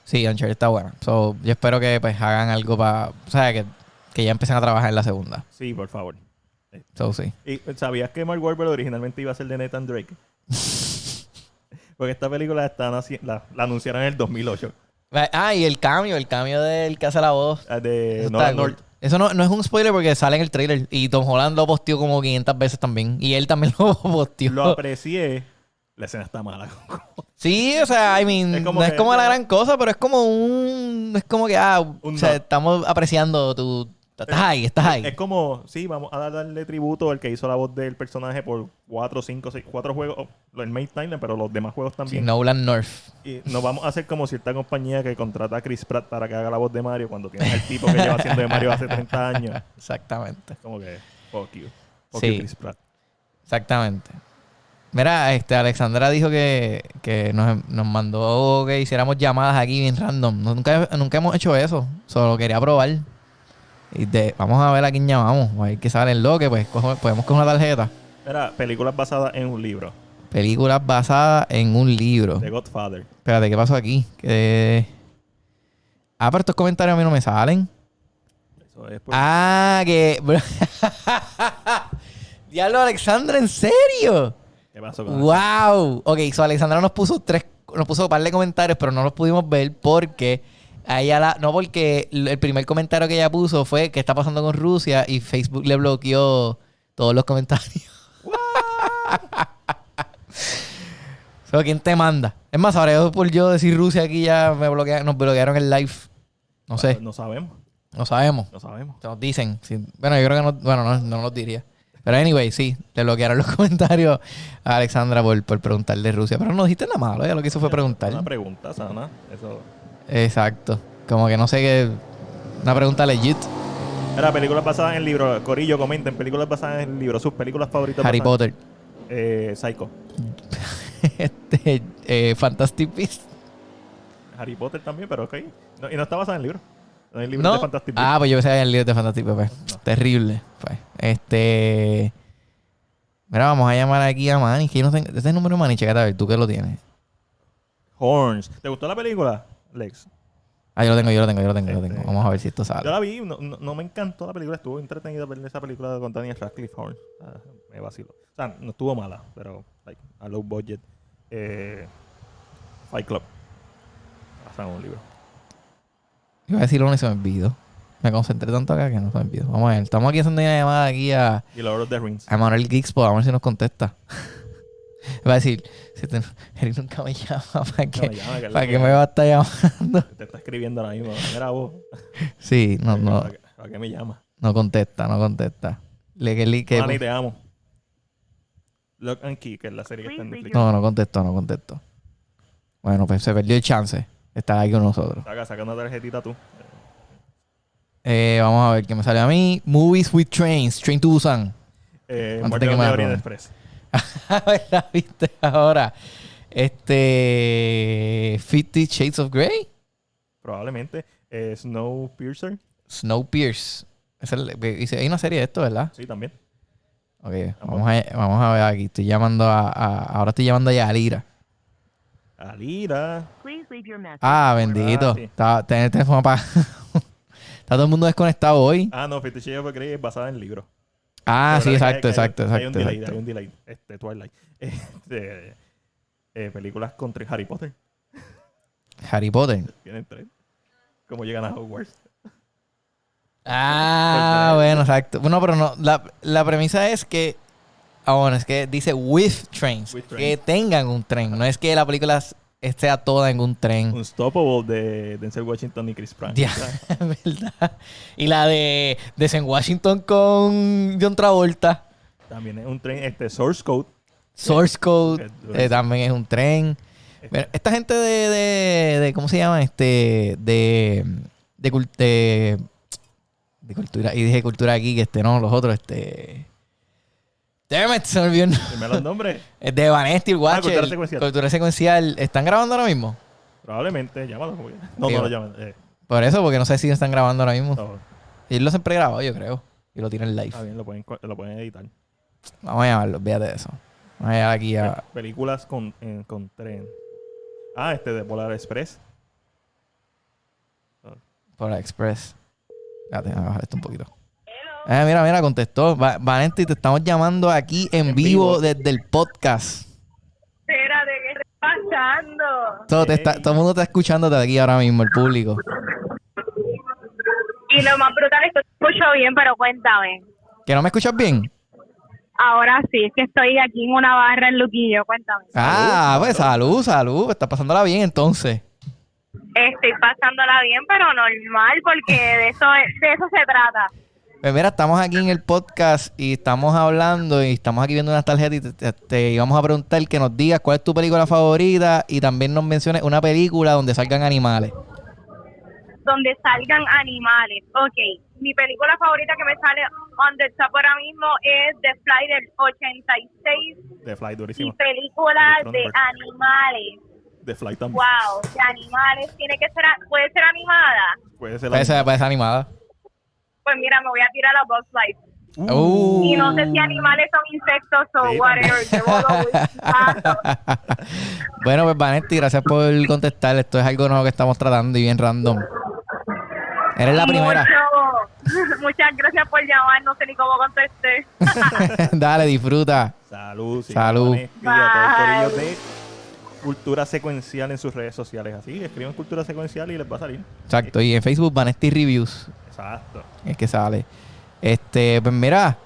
[SPEAKER 1] Sí, Uncharted está bueno. So, yo espero que pues hagan algo para... O sea, que, que ya empiecen a trabajar en la segunda.
[SPEAKER 2] Sí, por favor.
[SPEAKER 1] So, sí.
[SPEAKER 2] ¿Y sabías que Mark Wahlberg originalmente iba a ser de Nathan Drake? Porque esta película la, están haci- la, la anunciaron en el 2008.
[SPEAKER 1] Ah, y el cambio, el cambio del que hace la voz.
[SPEAKER 2] eh,
[SPEAKER 1] Eso,
[SPEAKER 2] De
[SPEAKER 1] está
[SPEAKER 2] Nolan
[SPEAKER 1] cool.
[SPEAKER 2] North.
[SPEAKER 1] Eso no, no es un spoiler porque sale en el trailer. Y Tom Holland lo posteó como 500 veces también. Y él también lo posteó.
[SPEAKER 2] Lo aprecié. La escena está mala.
[SPEAKER 1] Sí, o sea, I mean,
[SPEAKER 2] Es como
[SPEAKER 1] no es
[SPEAKER 2] que-
[SPEAKER 1] como la gran cosa, pero es como un. Es como que, ah,
[SPEAKER 2] Un
[SPEAKER 1] o sea,
[SPEAKER 2] dot. Eh,
[SPEAKER 1] estamos apreciando tu. Estás ahí, estás ahí.
[SPEAKER 2] es como, sí, vamos a darle tributo al que hizo la voz del personaje por 4, 5, 6, 4 juegos, oh, el main timeline, pero los demás juegos
[SPEAKER 1] Sí,
[SPEAKER 2] también.
[SPEAKER 1] Nolan North.
[SPEAKER 2] Y nos vamos a hacer como cierta compañía que contrata a Chris Pratt para que haga la voz de Mario cuando tiene al tipo que lleva haciendo de Mario hace 30 años.
[SPEAKER 1] Exactamente.
[SPEAKER 2] Como que, fuck you. Fuck
[SPEAKER 1] Sí.
[SPEAKER 2] you, Chris Pratt.
[SPEAKER 1] Exactamente. Mira, este, Alexandra dijo que, que nos, nos mandó que hiciéramos llamadas aquí bien random. No- Nunca, nunca hemos hecho eso. Solo quería probar. Y de- vamos a ver a quién llamamos. A ver qué sale el loque. Pues cojo- podemos coger una tarjeta.
[SPEAKER 2] Era películas basadas en un libro,
[SPEAKER 1] Películas basadas en un libro.
[SPEAKER 2] The Godfather.
[SPEAKER 1] Espérate, ¿qué pasó aquí? Que... Ah, pero estos comentarios a mí no me salen.
[SPEAKER 2] Eso es pues, por-
[SPEAKER 1] Ah, que... Diablo, Alexandra, ¿en serio?
[SPEAKER 2] ¿Qué pasó con
[SPEAKER 1] ¡Wow! Ok, so Alexandra nos puso tres, nos puso un par de comentarios, pero no los pudimos ver porque a ella la, no porque l- el primer comentario que ella puso fue qué está pasando con Rusia y Facebook le bloqueó todos los comentarios. so, ¿quién te manda? Es más, ahora yo por yo decir Rusia aquí ya me bloquearon, nos bloquearon el live. No sé,
[SPEAKER 2] No sabemos,
[SPEAKER 1] no sabemos.
[SPEAKER 2] no sabemos.
[SPEAKER 1] Nos dicen. sí. Bueno, yo creo que no, bueno, no, no nos diría. Pero anyway, sí, le bloquearon los comentarios a Alexandra por, por preguntarle Rusia. Pero no dijiste nada malo, ella lo que hizo fue
[SPEAKER 2] Una
[SPEAKER 1] preguntar.
[SPEAKER 2] pregunta sana. Eso.
[SPEAKER 1] Exacto. Como que no sé qué. Una pregunta legit.
[SPEAKER 2] Era películas basadas en libros. Corillo, comenten. Películas basadas en libros. Sus películas favoritas.
[SPEAKER 1] Harry
[SPEAKER 2] basadas-
[SPEAKER 1] Potter.
[SPEAKER 2] Eh, Psycho.
[SPEAKER 1] este, eh, Fantastic Beasts.
[SPEAKER 2] Harry Potter también, pero ok. No, y no está basada en libros. No hay libros
[SPEAKER 1] ¿No?
[SPEAKER 2] de Fantastic Beasts.
[SPEAKER 1] Ah, pues yo pensé que había libro de Fantastic Beasts. pues. Terrible. Pues. Este. Mira, vamos a llamar aquí a Manny. Que yo no tengo... Este es el número de Manny, checate a ver, tú que lo tienes.
[SPEAKER 2] Horns. ¿Te gustó la película, Lex?
[SPEAKER 1] Ah, yo lo tengo, yo lo tengo, yo lo tengo, yo lo tengo.
[SPEAKER 2] Este-
[SPEAKER 1] Vamos a ver si esto sale.
[SPEAKER 2] Yo la vi, no, no- no me encantó la película. Estuvo entretenida ver esa película con Daniel Radcliffe Horn. Ah, me vacilo. O sea, no estuvo mala, pero like, a low budget. Eh, Fight Club. Basado en un libro.
[SPEAKER 1] Iba a decir uno y se me olvidó. Me concentré tanto acá que no se me olvidó. Vamos a ver. Estamos aquí haciendo una llamada aquí a,
[SPEAKER 2] Y Lord of the Rings.
[SPEAKER 1] a Manuel Gixpo. A ver si nos contesta. Va a decir, si te, él nunca me llama, ¿para
[SPEAKER 2] No
[SPEAKER 1] qué,
[SPEAKER 2] me llama, que
[SPEAKER 1] ¿para
[SPEAKER 2] le-
[SPEAKER 1] qué me va a estar llamando?
[SPEAKER 2] Te está escribiendo ahora mismo. Mira vos.
[SPEAKER 1] Sí, no, no,
[SPEAKER 2] ¿Para qué- para qué me llamas?
[SPEAKER 1] no contesta, no contesta. Le, que, le- que- pues
[SPEAKER 2] Manny, te amo. Lock and Key, que es la serie que está en Netflix.
[SPEAKER 1] no, no contestó, no contestó. Bueno, pues se perdió el chance. Estar aquí con nosotros.
[SPEAKER 2] Saca, saca una tarjetita tú.
[SPEAKER 1] Eh, vamos a ver qué me sale a mí. Movies with Trains, Train to Busan.
[SPEAKER 2] Eh,
[SPEAKER 1] Antes de
[SPEAKER 2] Muerte
[SPEAKER 1] que
[SPEAKER 2] de
[SPEAKER 1] me
[SPEAKER 2] Orient
[SPEAKER 1] roben.
[SPEAKER 2] Express.
[SPEAKER 1] ¿Verdad? ¿Viste ahora? Este. Fifty Shades of Grey.
[SPEAKER 2] Probablemente. Eh, Snowpiercer.
[SPEAKER 1] Snowpiercer. Esa es la- y se- Hay una serie de esto, ¿verdad?
[SPEAKER 2] Sí, también.
[SPEAKER 1] Ok, vamos a, vamos a ver aquí. Estoy llamando a, a- Ahora estoy llamando a Yalira.
[SPEAKER 2] Alira.
[SPEAKER 3] Please leave your message.
[SPEAKER 1] Ah, bendito.
[SPEAKER 2] Ah, sí.
[SPEAKER 1] Está, tenía el teléfono apagado. Está todo el mundo desconectado hoy.
[SPEAKER 2] Ah, no, Fifty Shades of Grey es basada en libros.
[SPEAKER 1] Ah,
[SPEAKER 2] Lo
[SPEAKER 1] sí,
[SPEAKER 2] que pasa
[SPEAKER 1] exacto,
[SPEAKER 2] es que hay-
[SPEAKER 1] exacto,
[SPEAKER 2] Hay un
[SPEAKER 1] exacto.
[SPEAKER 2] delay,
[SPEAKER 1] exacto.
[SPEAKER 2] hay un delay. Este, Twilight. Este, eh, películas contra Harry Potter.
[SPEAKER 1] Harry Potter.
[SPEAKER 2] Tienen tres. ¿Cómo llegan a Hogwarts?
[SPEAKER 1] Mm. Ah,
[SPEAKER 2] Pues,
[SPEAKER 1] bueno, exacto. Bueno, pero no, la, la premisa es que, ah, bueno, es que dice with trains,
[SPEAKER 2] With
[SPEAKER 1] que
[SPEAKER 2] trains.
[SPEAKER 1] tengan un tren. No es que la película s- esté toda en un tren.
[SPEAKER 2] Unstoppable de Denzel Washington y Chris Pratt.
[SPEAKER 1] Ya, ¿verdad? Y la de de Sam Washington con John Travolta,
[SPEAKER 2] También es un tren, este, Source Code.
[SPEAKER 1] Source Code,
[SPEAKER 2] Eh,
[SPEAKER 1] eh, también es un tren.
[SPEAKER 2] Este,
[SPEAKER 1] Mira, esta gente de, de, de- ¿cómo se llama? Este, de, de, cul- de, de cultura, y dije cultura aquí, que este, no, los otros, este... Damn it, se me olvidó el nombre.
[SPEAKER 2] Dime los nombres.
[SPEAKER 1] Es De Vanesti, el Watcher.
[SPEAKER 2] Ah, Cultura Secuencial.
[SPEAKER 1] Cultura Secuencial. ¿Están grabando ahora mismo?
[SPEAKER 2] Probablemente, llámalo. como quieras. No,
[SPEAKER 1] Digo.
[SPEAKER 2] no lo llaman. eh,
[SPEAKER 1] Por eso, porque no sé si están grabando ahora mismo.
[SPEAKER 2] no,
[SPEAKER 1] Ellos lo siempre grabado, yo creo. Y lo tienen live.
[SPEAKER 2] está bien, lo pueden, co- lo pueden editar.
[SPEAKER 1] Vamos a llamarlo, fíjate de eso. Ay, aquí ya.
[SPEAKER 2] Películas con, en- con tren. Ah, este de Polar Express.
[SPEAKER 1] Para Express. Espérate, déjame bajar esto un poquito. Eh, mira, mira, contestó. Va- Valenti, te estamos llamando aquí en vivo
[SPEAKER 2] vivo.
[SPEAKER 1] desde el podcast.
[SPEAKER 3] Espera, ¿de qué está pasando?
[SPEAKER 1] Todo, te está- todo el mundo está escuchándote aquí ahora mismo, el público.
[SPEAKER 3] Y lo más brutal es que te escucho bien, pero cuéntame.
[SPEAKER 1] ¿Que no me escuchas bien?
[SPEAKER 3] Ahora sí, es que estoy aquí en una barra en Luquillo, cuéntame.
[SPEAKER 1] Ah, pues salud, salud. Está pasándola bien entonces.
[SPEAKER 3] Estoy pasándola bien, pero normal, porque de eso, de eso se trata.
[SPEAKER 1] Pues mira, estamos aquí en el podcast y estamos hablando y estamos aquí viendo unas tarjetas y te, te- te íbamos a preguntar que nos digas cuál es tu película favorita y también nos menciones una película donde salgan animales.
[SPEAKER 3] Donde salgan animales. Ok, mi película favorita que me sale on the top ahora mismo es The Fly del 86
[SPEAKER 2] De Fly,
[SPEAKER 3] y
[SPEAKER 2] durísimo.
[SPEAKER 3] películas
[SPEAKER 2] Electronic
[SPEAKER 3] de
[SPEAKER 2] Arts.
[SPEAKER 3] animales.
[SPEAKER 2] De Fly también.
[SPEAKER 3] Wow, de animales. Tiene que ser, a- puede ser animada.
[SPEAKER 2] Puede ser la
[SPEAKER 1] Puede ser,
[SPEAKER 2] misma.
[SPEAKER 1] puede ser animada.
[SPEAKER 3] Pues mira, me voy a tirar a Box Life.
[SPEAKER 1] Uh.
[SPEAKER 3] Y no sé si animales son insectos o
[SPEAKER 2] Sí,
[SPEAKER 3] whatever. Llevo dos whiskies.
[SPEAKER 1] bueno, pues Vanetti, gracias por contestar. Esto es algo nuevo que estamos tratando y bien random. Eres la primera.
[SPEAKER 3] Mucho- muchas gracias por llamar. No sé ni cómo contesté.
[SPEAKER 1] Dale, disfruta.
[SPEAKER 2] Salud. sí.
[SPEAKER 1] Salud.
[SPEAKER 2] Ponen video a todo el corillo
[SPEAKER 3] Bye.
[SPEAKER 2] de cultura secuencial en sus redes sociales. Así, escriban cultura secuencial y les va a salir.
[SPEAKER 1] Exacto. Y en Facebook, Vanetti Reviews.
[SPEAKER 2] Exacto.
[SPEAKER 1] Es que sale. Este, pues mira,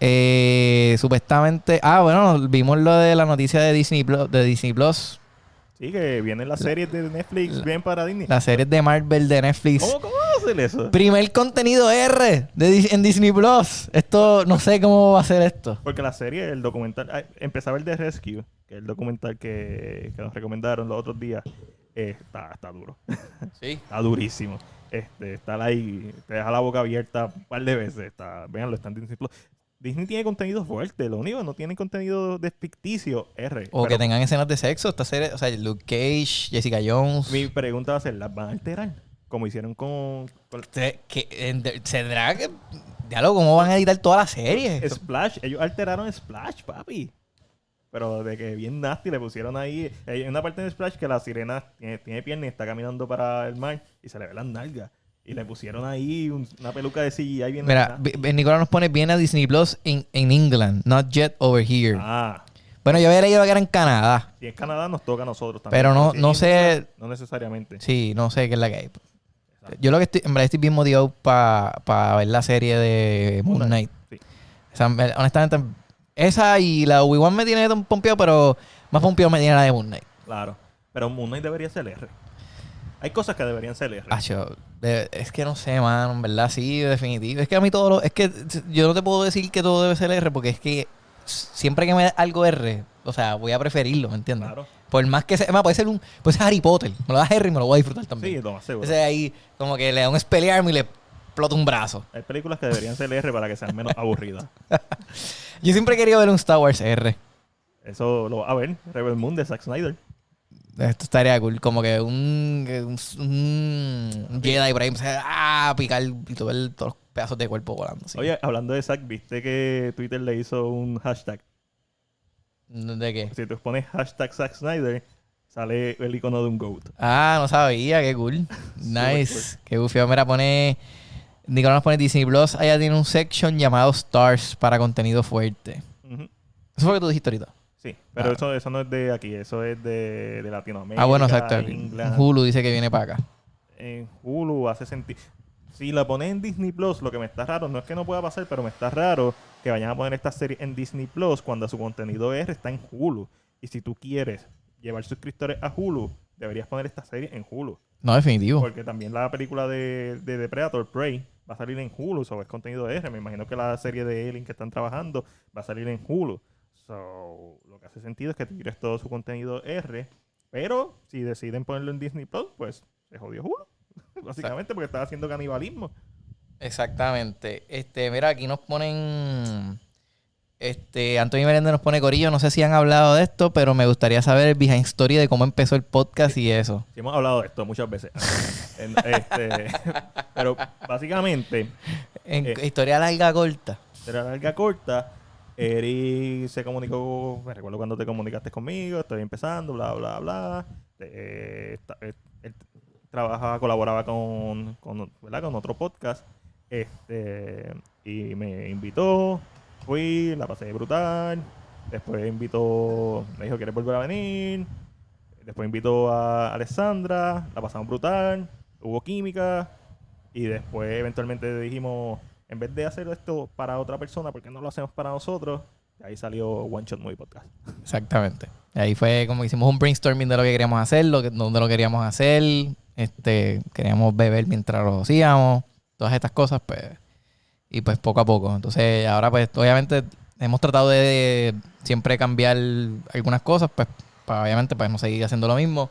[SPEAKER 1] eh, supuestamente. Ah, bueno, vimos lo de la noticia de Disney Plus, de Disney Plus.
[SPEAKER 2] Sí, que vienen las series de Netflix bien para Disney.
[SPEAKER 1] Las series de Marvel de Netflix.
[SPEAKER 2] ¿Cómo, ¿Cómo hacen eso?
[SPEAKER 1] Primer contenido R de, Dis- en Disney Plus. Esto, no sé cómo va a ser esto.
[SPEAKER 2] Porque la serie, el documental, ah, empezaba el de Rescue, que es el documental que, que nos recomendaron los otros días. Eh, está, está duro,
[SPEAKER 1] Sí.
[SPEAKER 2] está durísimo. Este, está ahí, te deja la boca abierta un par de veces. Está, véanlo, está en Disney Plus. Disney tiene contenido fuerte, lo único que no tiene contenido de ficticio R.
[SPEAKER 1] O que
[SPEAKER 2] Pero
[SPEAKER 1] tengan escenas de sexo. Esta serie, o sea, Luke Cage, Jessica Jones.
[SPEAKER 2] Mi pregunta va a ser, ¿las van a alterar? Como hicieron con, con
[SPEAKER 1] Te- que, en- de- tendrá que. Diálogo, ¿cómo van a editar toda la serie?
[SPEAKER 2] Splash, ellos alteraron Splash, papi. Pero de que bien nasty le pusieron ahí. Hay una parte de Splash que la sirena tiene, tiene pierna y está caminando para el mar y se le ve las nalgas. Y le pusieron ahí un- una peluca de CGI bien
[SPEAKER 1] Mira,
[SPEAKER 2] nasty.
[SPEAKER 1] B- Nicolás nos pone bien a Disney Plus en en England, not yet over here.
[SPEAKER 2] Ah,
[SPEAKER 1] Bueno, yo había leído que era en Canadá,
[SPEAKER 2] si es Canadá nos toca a nosotros también.
[SPEAKER 1] pero no,
[SPEAKER 2] Si
[SPEAKER 1] no
[SPEAKER 2] es
[SPEAKER 1] sé,
[SPEAKER 2] Inglaterra, No necesariamente.
[SPEAKER 1] sí, no sé qué es la que hay. Yo lo que estoy, en verdad estoy bien motivado para ver la serie de Moon Knight.
[SPEAKER 2] Sí.
[SPEAKER 1] O sea, me- honestamente, esa y la Obi-Wan me tiene tan pompeado, pero más pompeado me tiene la de Moon Knight.
[SPEAKER 2] Claro. Pero Moon Knight debería ser R. Hay cosas que deberían ser R.
[SPEAKER 1] Ah, yo- de- es que no sé, mano, en verdad, sí, definitivo. Es que a mí todo lo, es que yo no te puedo decir que todo debe ser R, porque es que siempre que me da algo R, o sea, voy a preferirlo, ¿me entiendes?
[SPEAKER 2] Claro.
[SPEAKER 1] Por más que sea, más, puede ser un, puede ser Harry Potter, me lo das R y me lo voy a disfrutar también.
[SPEAKER 2] Sí, lo más seguro.
[SPEAKER 1] Entonces ahí, como que le da un spellarm y le explota un brazo.
[SPEAKER 2] Hay películas que deberían ser R para que sean menos aburridas.
[SPEAKER 1] Yo siempre he querido ver un Star Wars R.
[SPEAKER 2] Eso lo va a ver. Rebel Moon de Zack Snyder.
[SPEAKER 1] Esto estaría cool. Como que un, que un, un Jedi por ahí, o sea, ah, picar y todo el- todos los pedazos de cuerpo volando. así.
[SPEAKER 2] Oye, hablando de Zack, ¿viste que Twitter le hizo un hashtag?
[SPEAKER 1] ¿De qué?
[SPEAKER 2] Si tú pones hashtag Zack Snyder, sale el icono de un GOAT.
[SPEAKER 1] Ah, no sabía, qué cool. Nice.
[SPEAKER 2] cool.
[SPEAKER 1] Qué bufio. Mira, pone. Nicolás nos pone Disney Plus. Allá tiene un section llamado Stars para contenido fuerte.
[SPEAKER 2] Ujú.
[SPEAKER 1] Eso fue lo que tú dijiste ahorita.
[SPEAKER 2] Sí, pero
[SPEAKER 1] Ah.
[SPEAKER 2] eso, eso no es de aquí, eso es de, de Latinoamérica.
[SPEAKER 1] ah, bueno, exacto.
[SPEAKER 2] England,
[SPEAKER 1] Hulu dice que viene para acá.
[SPEAKER 2] En Hulu hace sentido. Si la pones en Disney Plus, lo que me está raro, no es que no pueda pasar, pero me está raro que vayan a poner esta serie en Disney Plus cuando su contenido R está en Hulu. Y si tú quieres llevar suscriptores a Hulu, deberías poner esta serie en Hulu.
[SPEAKER 1] No, definitivo.
[SPEAKER 2] Porque también la película de, de Predator, Prey, va a salir en Hulu, so, es contenido R. Me imagino que la serie de Alien que están trabajando va a salir en Hulu. So, lo que hace sentido es que tires todo su contenido R, pero si deciden ponerlo en Disney Plus, pues se jodió Hulu. Básicamente porque estaba haciendo canibalismo.
[SPEAKER 1] Exactamente. Este, mira, aquí nos ponen. Este, Antonio Meléndez nos pone Corillo. No sé si han hablado de esto, pero me gustaría saber el behind story de cómo empezó el podcast y eso.
[SPEAKER 2] Sí, hemos hablado de esto muchas veces. En- este, pero básicamente,
[SPEAKER 1] En-
[SPEAKER 2] Eh.
[SPEAKER 1] Historia larga, corta.
[SPEAKER 2] de la larga corta, Eric se comunicó, me recuerdo cuando te comunicaste conmigo, estoy empezando, bla, bla, bla. Eh, ta- eh, él trabajaba, colaboraba con, con, ¿verdad? con otro podcast este, y me invitó, fui, la pasé brutal. Después invitó, me dijo, ¿quieres volver a venir? Después invitó a Alessandra, la pasamos brutal, hubo química y después eventualmente dijimos, en vez de hacer esto para otra persona, ¿por qué no lo hacemos para nosotros? Y ahí salió One Shot Movie Podcast.
[SPEAKER 1] Exactamente. Ahí fue como que hicimos un brainstorming de lo que queríamos hacer, lo que, dónde lo queríamos hacer, este, queríamos beber mientras lo hacíamos, todas estas cosas, pues, y pues poco a poco. Entonces, ahora pues, obviamente, hemos tratado de siempre cambiar algunas cosas, pues, para obviamente, pues no seguir haciendo lo mismo.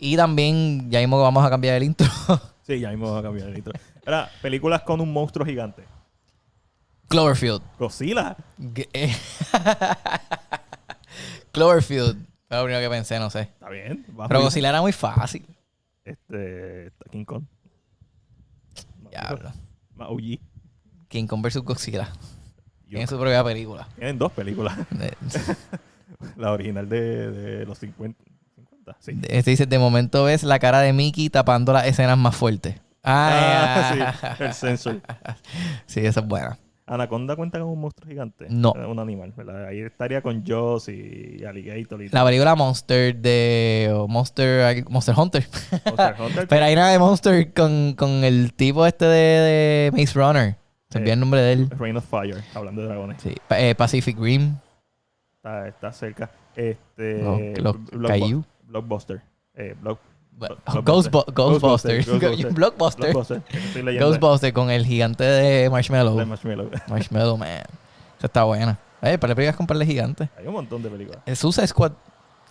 [SPEAKER 1] Y también, ya mismo vamos a cambiar el intro.
[SPEAKER 2] Sí, ya mismo va a cambiar el intro. Ahora, películas con un monstruo gigante.
[SPEAKER 1] Cloverfield.
[SPEAKER 2] Godzilla.
[SPEAKER 1] G- eh. Cloverfield. Fue lo primero que pensé, no sé.
[SPEAKER 2] Está bien. va
[SPEAKER 1] Pero
[SPEAKER 2] bien.
[SPEAKER 1] Godzilla era muy fácil.
[SPEAKER 2] Este, King Kong.
[SPEAKER 1] Diablo.
[SPEAKER 2] Más OG.
[SPEAKER 1] King Kong vs. Godzilla. Tiene
[SPEAKER 2] Yo-
[SPEAKER 1] su propia película. Eh,
[SPEAKER 2] Tienen dos películas.
[SPEAKER 1] De-
[SPEAKER 2] La original de, de los 50. 50, sí.
[SPEAKER 1] de- Este dice, de momento ves la cara de Mickey tapando las escenas más fuertes. Ay,
[SPEAKER 2] Ah,
[SPEAKER 1] ah.
[SPEAKER 2] sí, el sensor.
[SPEAKER 1] sí. esa es buena.
[SPEAKER 2] Anaconda cuenta con un monstruo gigante.
[SPEAKER 1] No.
[SPEAKER 2] Eh, Un animal, ¿verdad? Ahí estaría con Jaws y Alligator y
[SPEAKER 1] La película Monster de o Monster, Monster Hunter.
[SPEAKER 2] Monster Hunter.
[SPEAKER 1] Pero hay nada de Monster con, con el tipo este de, de Maze Runner. Se olvidó
[SPEAKER 2] Eh.
[SPEAKER 1] el nombre de él.
[SPEAKER 2] Reign of Fire, hablando de dragones.
[SPEAKER 1] Sí. Pa- eh, Pacific Rim.
[SPEAKER 2] Está, está cerca. Este.
[SPEAKER 1] Los- los
[SPEAKER 2] Blockbu-
[SPEAKER 1] Caillou.
[SPEAKER 2] Blockbuster. Eh, block-
[SPEAKER 1] Bueno,
[SPEAKER 2] Blockbuster.
[SPEAKER 1] Ghostbu- Ghostbusters.
[SPEAKER 2] Ghostbuster.
[SPEAKER 1] Blockbuster.
[SPEAKER 2] Blockbuster. Estoy leyendo
[SPEAKER 1] Ghostbusters con el gigante de
[SPEAKER 2] de
[SPEAKER 1] Marshmallow.
[SPEAKER 2] Marshmallow.
[SPEAKER 1] Marshmallow Man. Esa está buena. Eh, para películas con de gigante.
[SPEAKER 2] Hay un montón de películas.
[SPEAKER 1] El Suicide Squad.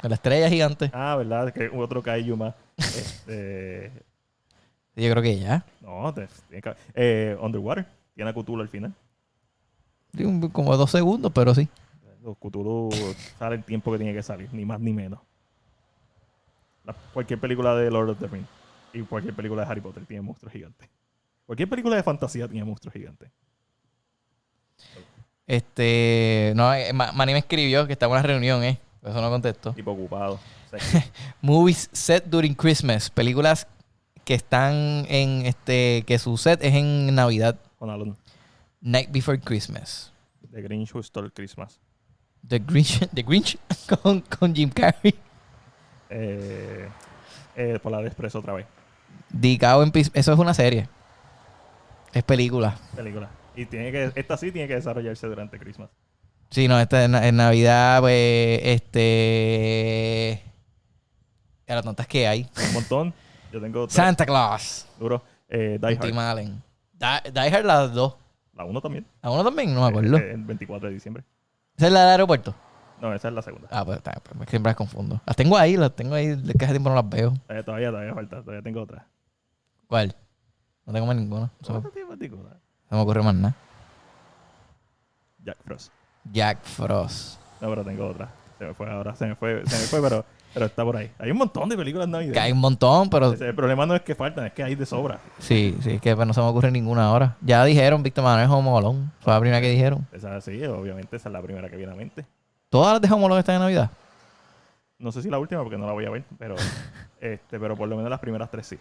[SPEAKER 1] Con la estrella gigante.
[SPEAKER 2] Ah, ¿verdad? Que otro Kaiju más. Este.
[SPEAKER 1] Yo creo que ya.
[SPEAKER 2] No, te- tiene que- eh, Underwater. Tiene a Cthulhu al final.
[SPEAKER 1] Sí, un- Como dos segundos, pero sí.
[SPEAKER 2] Los Cthulhu sale el tiempo que tiene que salir, ni más ni menos. La- cualquier película de Lord of the Rings y cualquier película de Harry Potter tiene monstruos gigantes. Cualquier película de fantasía tiene monstruos gigantes.
[SPEAKER 1] Este. No, eh, Ma- Manny me escribió que está en una reunión, ¿eh? Por eso no contesto.
[SPEAKER 2] Tipo ocupado.
[SPEAKER 1] Movies set during Christmas. Películas que están en este. Que su set es en Navidad.
[SPEAKER 2] Con Alon.
[SPEAKER 1] Night Before Christmas.
[SPEAKER 2] The Grinch Who Stole Christmas.
[SPEAKER 1] The Grinch, The Grinch con, con Jim Carrey.
[SPEAKER 2] Eh, eh, Polar Express otra vez.
[SPEAKER 1] Dicao en Pis- Eso es una serie. Es película.
[SPEAKER 2] Película. Y tiene que, esta sí tiene que desarrollarse durante Christmas.
[SPEAKER 1] Sí, no, esta en, en Navidad, pues, este... De las tantas que hay.
[SPEAKER 2] Un montón. Yo tengo tres,
[SPEAKER 1] Santa Claus.
[SPEAKER 2] duro. Eh, Die
[SPEAKER 1] con
[SPEAKER 2] Hard.
[SPEAKER 1] Tim Allen. Die, Die Hard, las dos.
[SPEAKER 2] La uno también.
[SPEAKER 1] ¿A uno también? No me acuerdo.
[SPEAKER 2] Eh, el 24 de diciembre.
[SPEAKER 1] ¿Esa es la del aeropuerto?
[SPEAKER 2] No, esa es la segunda.
[SPEAKER 1] Ah, pues, está, pues, es que siempre las confundo. Las tengo ahí, las tengo ahí. De que hace tiempo no las veo.
[SPEAKER 2] Eh, todavía, todavía falta. Todavía tengo otra.
[SPEAKER 1] ¿Cuál? No tengo más ninguna. No se me-
[SPEAKER 2] ¿Cuánto tiempo tengo?
[SPEAKER 1] no me ocurre más nada.
[SPEAKER 2] Jack Frost.
[SPEAKER 1] Jack Frost.
[SPEAKER 2] No, pero tengo otra. Se me fue ahora, se me fue, se me fue, pero, pero está por ahí. Hay un montón de películas
[SPEAKER 1] Que hay
[SPEAKER 2] navideñas.
[SPEAKER 1] un montón, pero...
[SPEAKER 2] El problema no es que faltan, es que hay de sobra.
[SPEAKER 1] Sí, sí, es que pues, no se me ocurre ninguna ahora. Ya dijeron Víctor Manuel Home Alone. Fue la primera que dijeron.
[SPEAKER 2] Esa sí, obviamente esa es la primera que viene a la mente.
[SPEAKER 1] ¿Todas las de Home Alone están en Navidad?
[SPEAKER 2] No sé si la última porque no la voy a ver, pero este, pero por lo menos las primeras tres sí.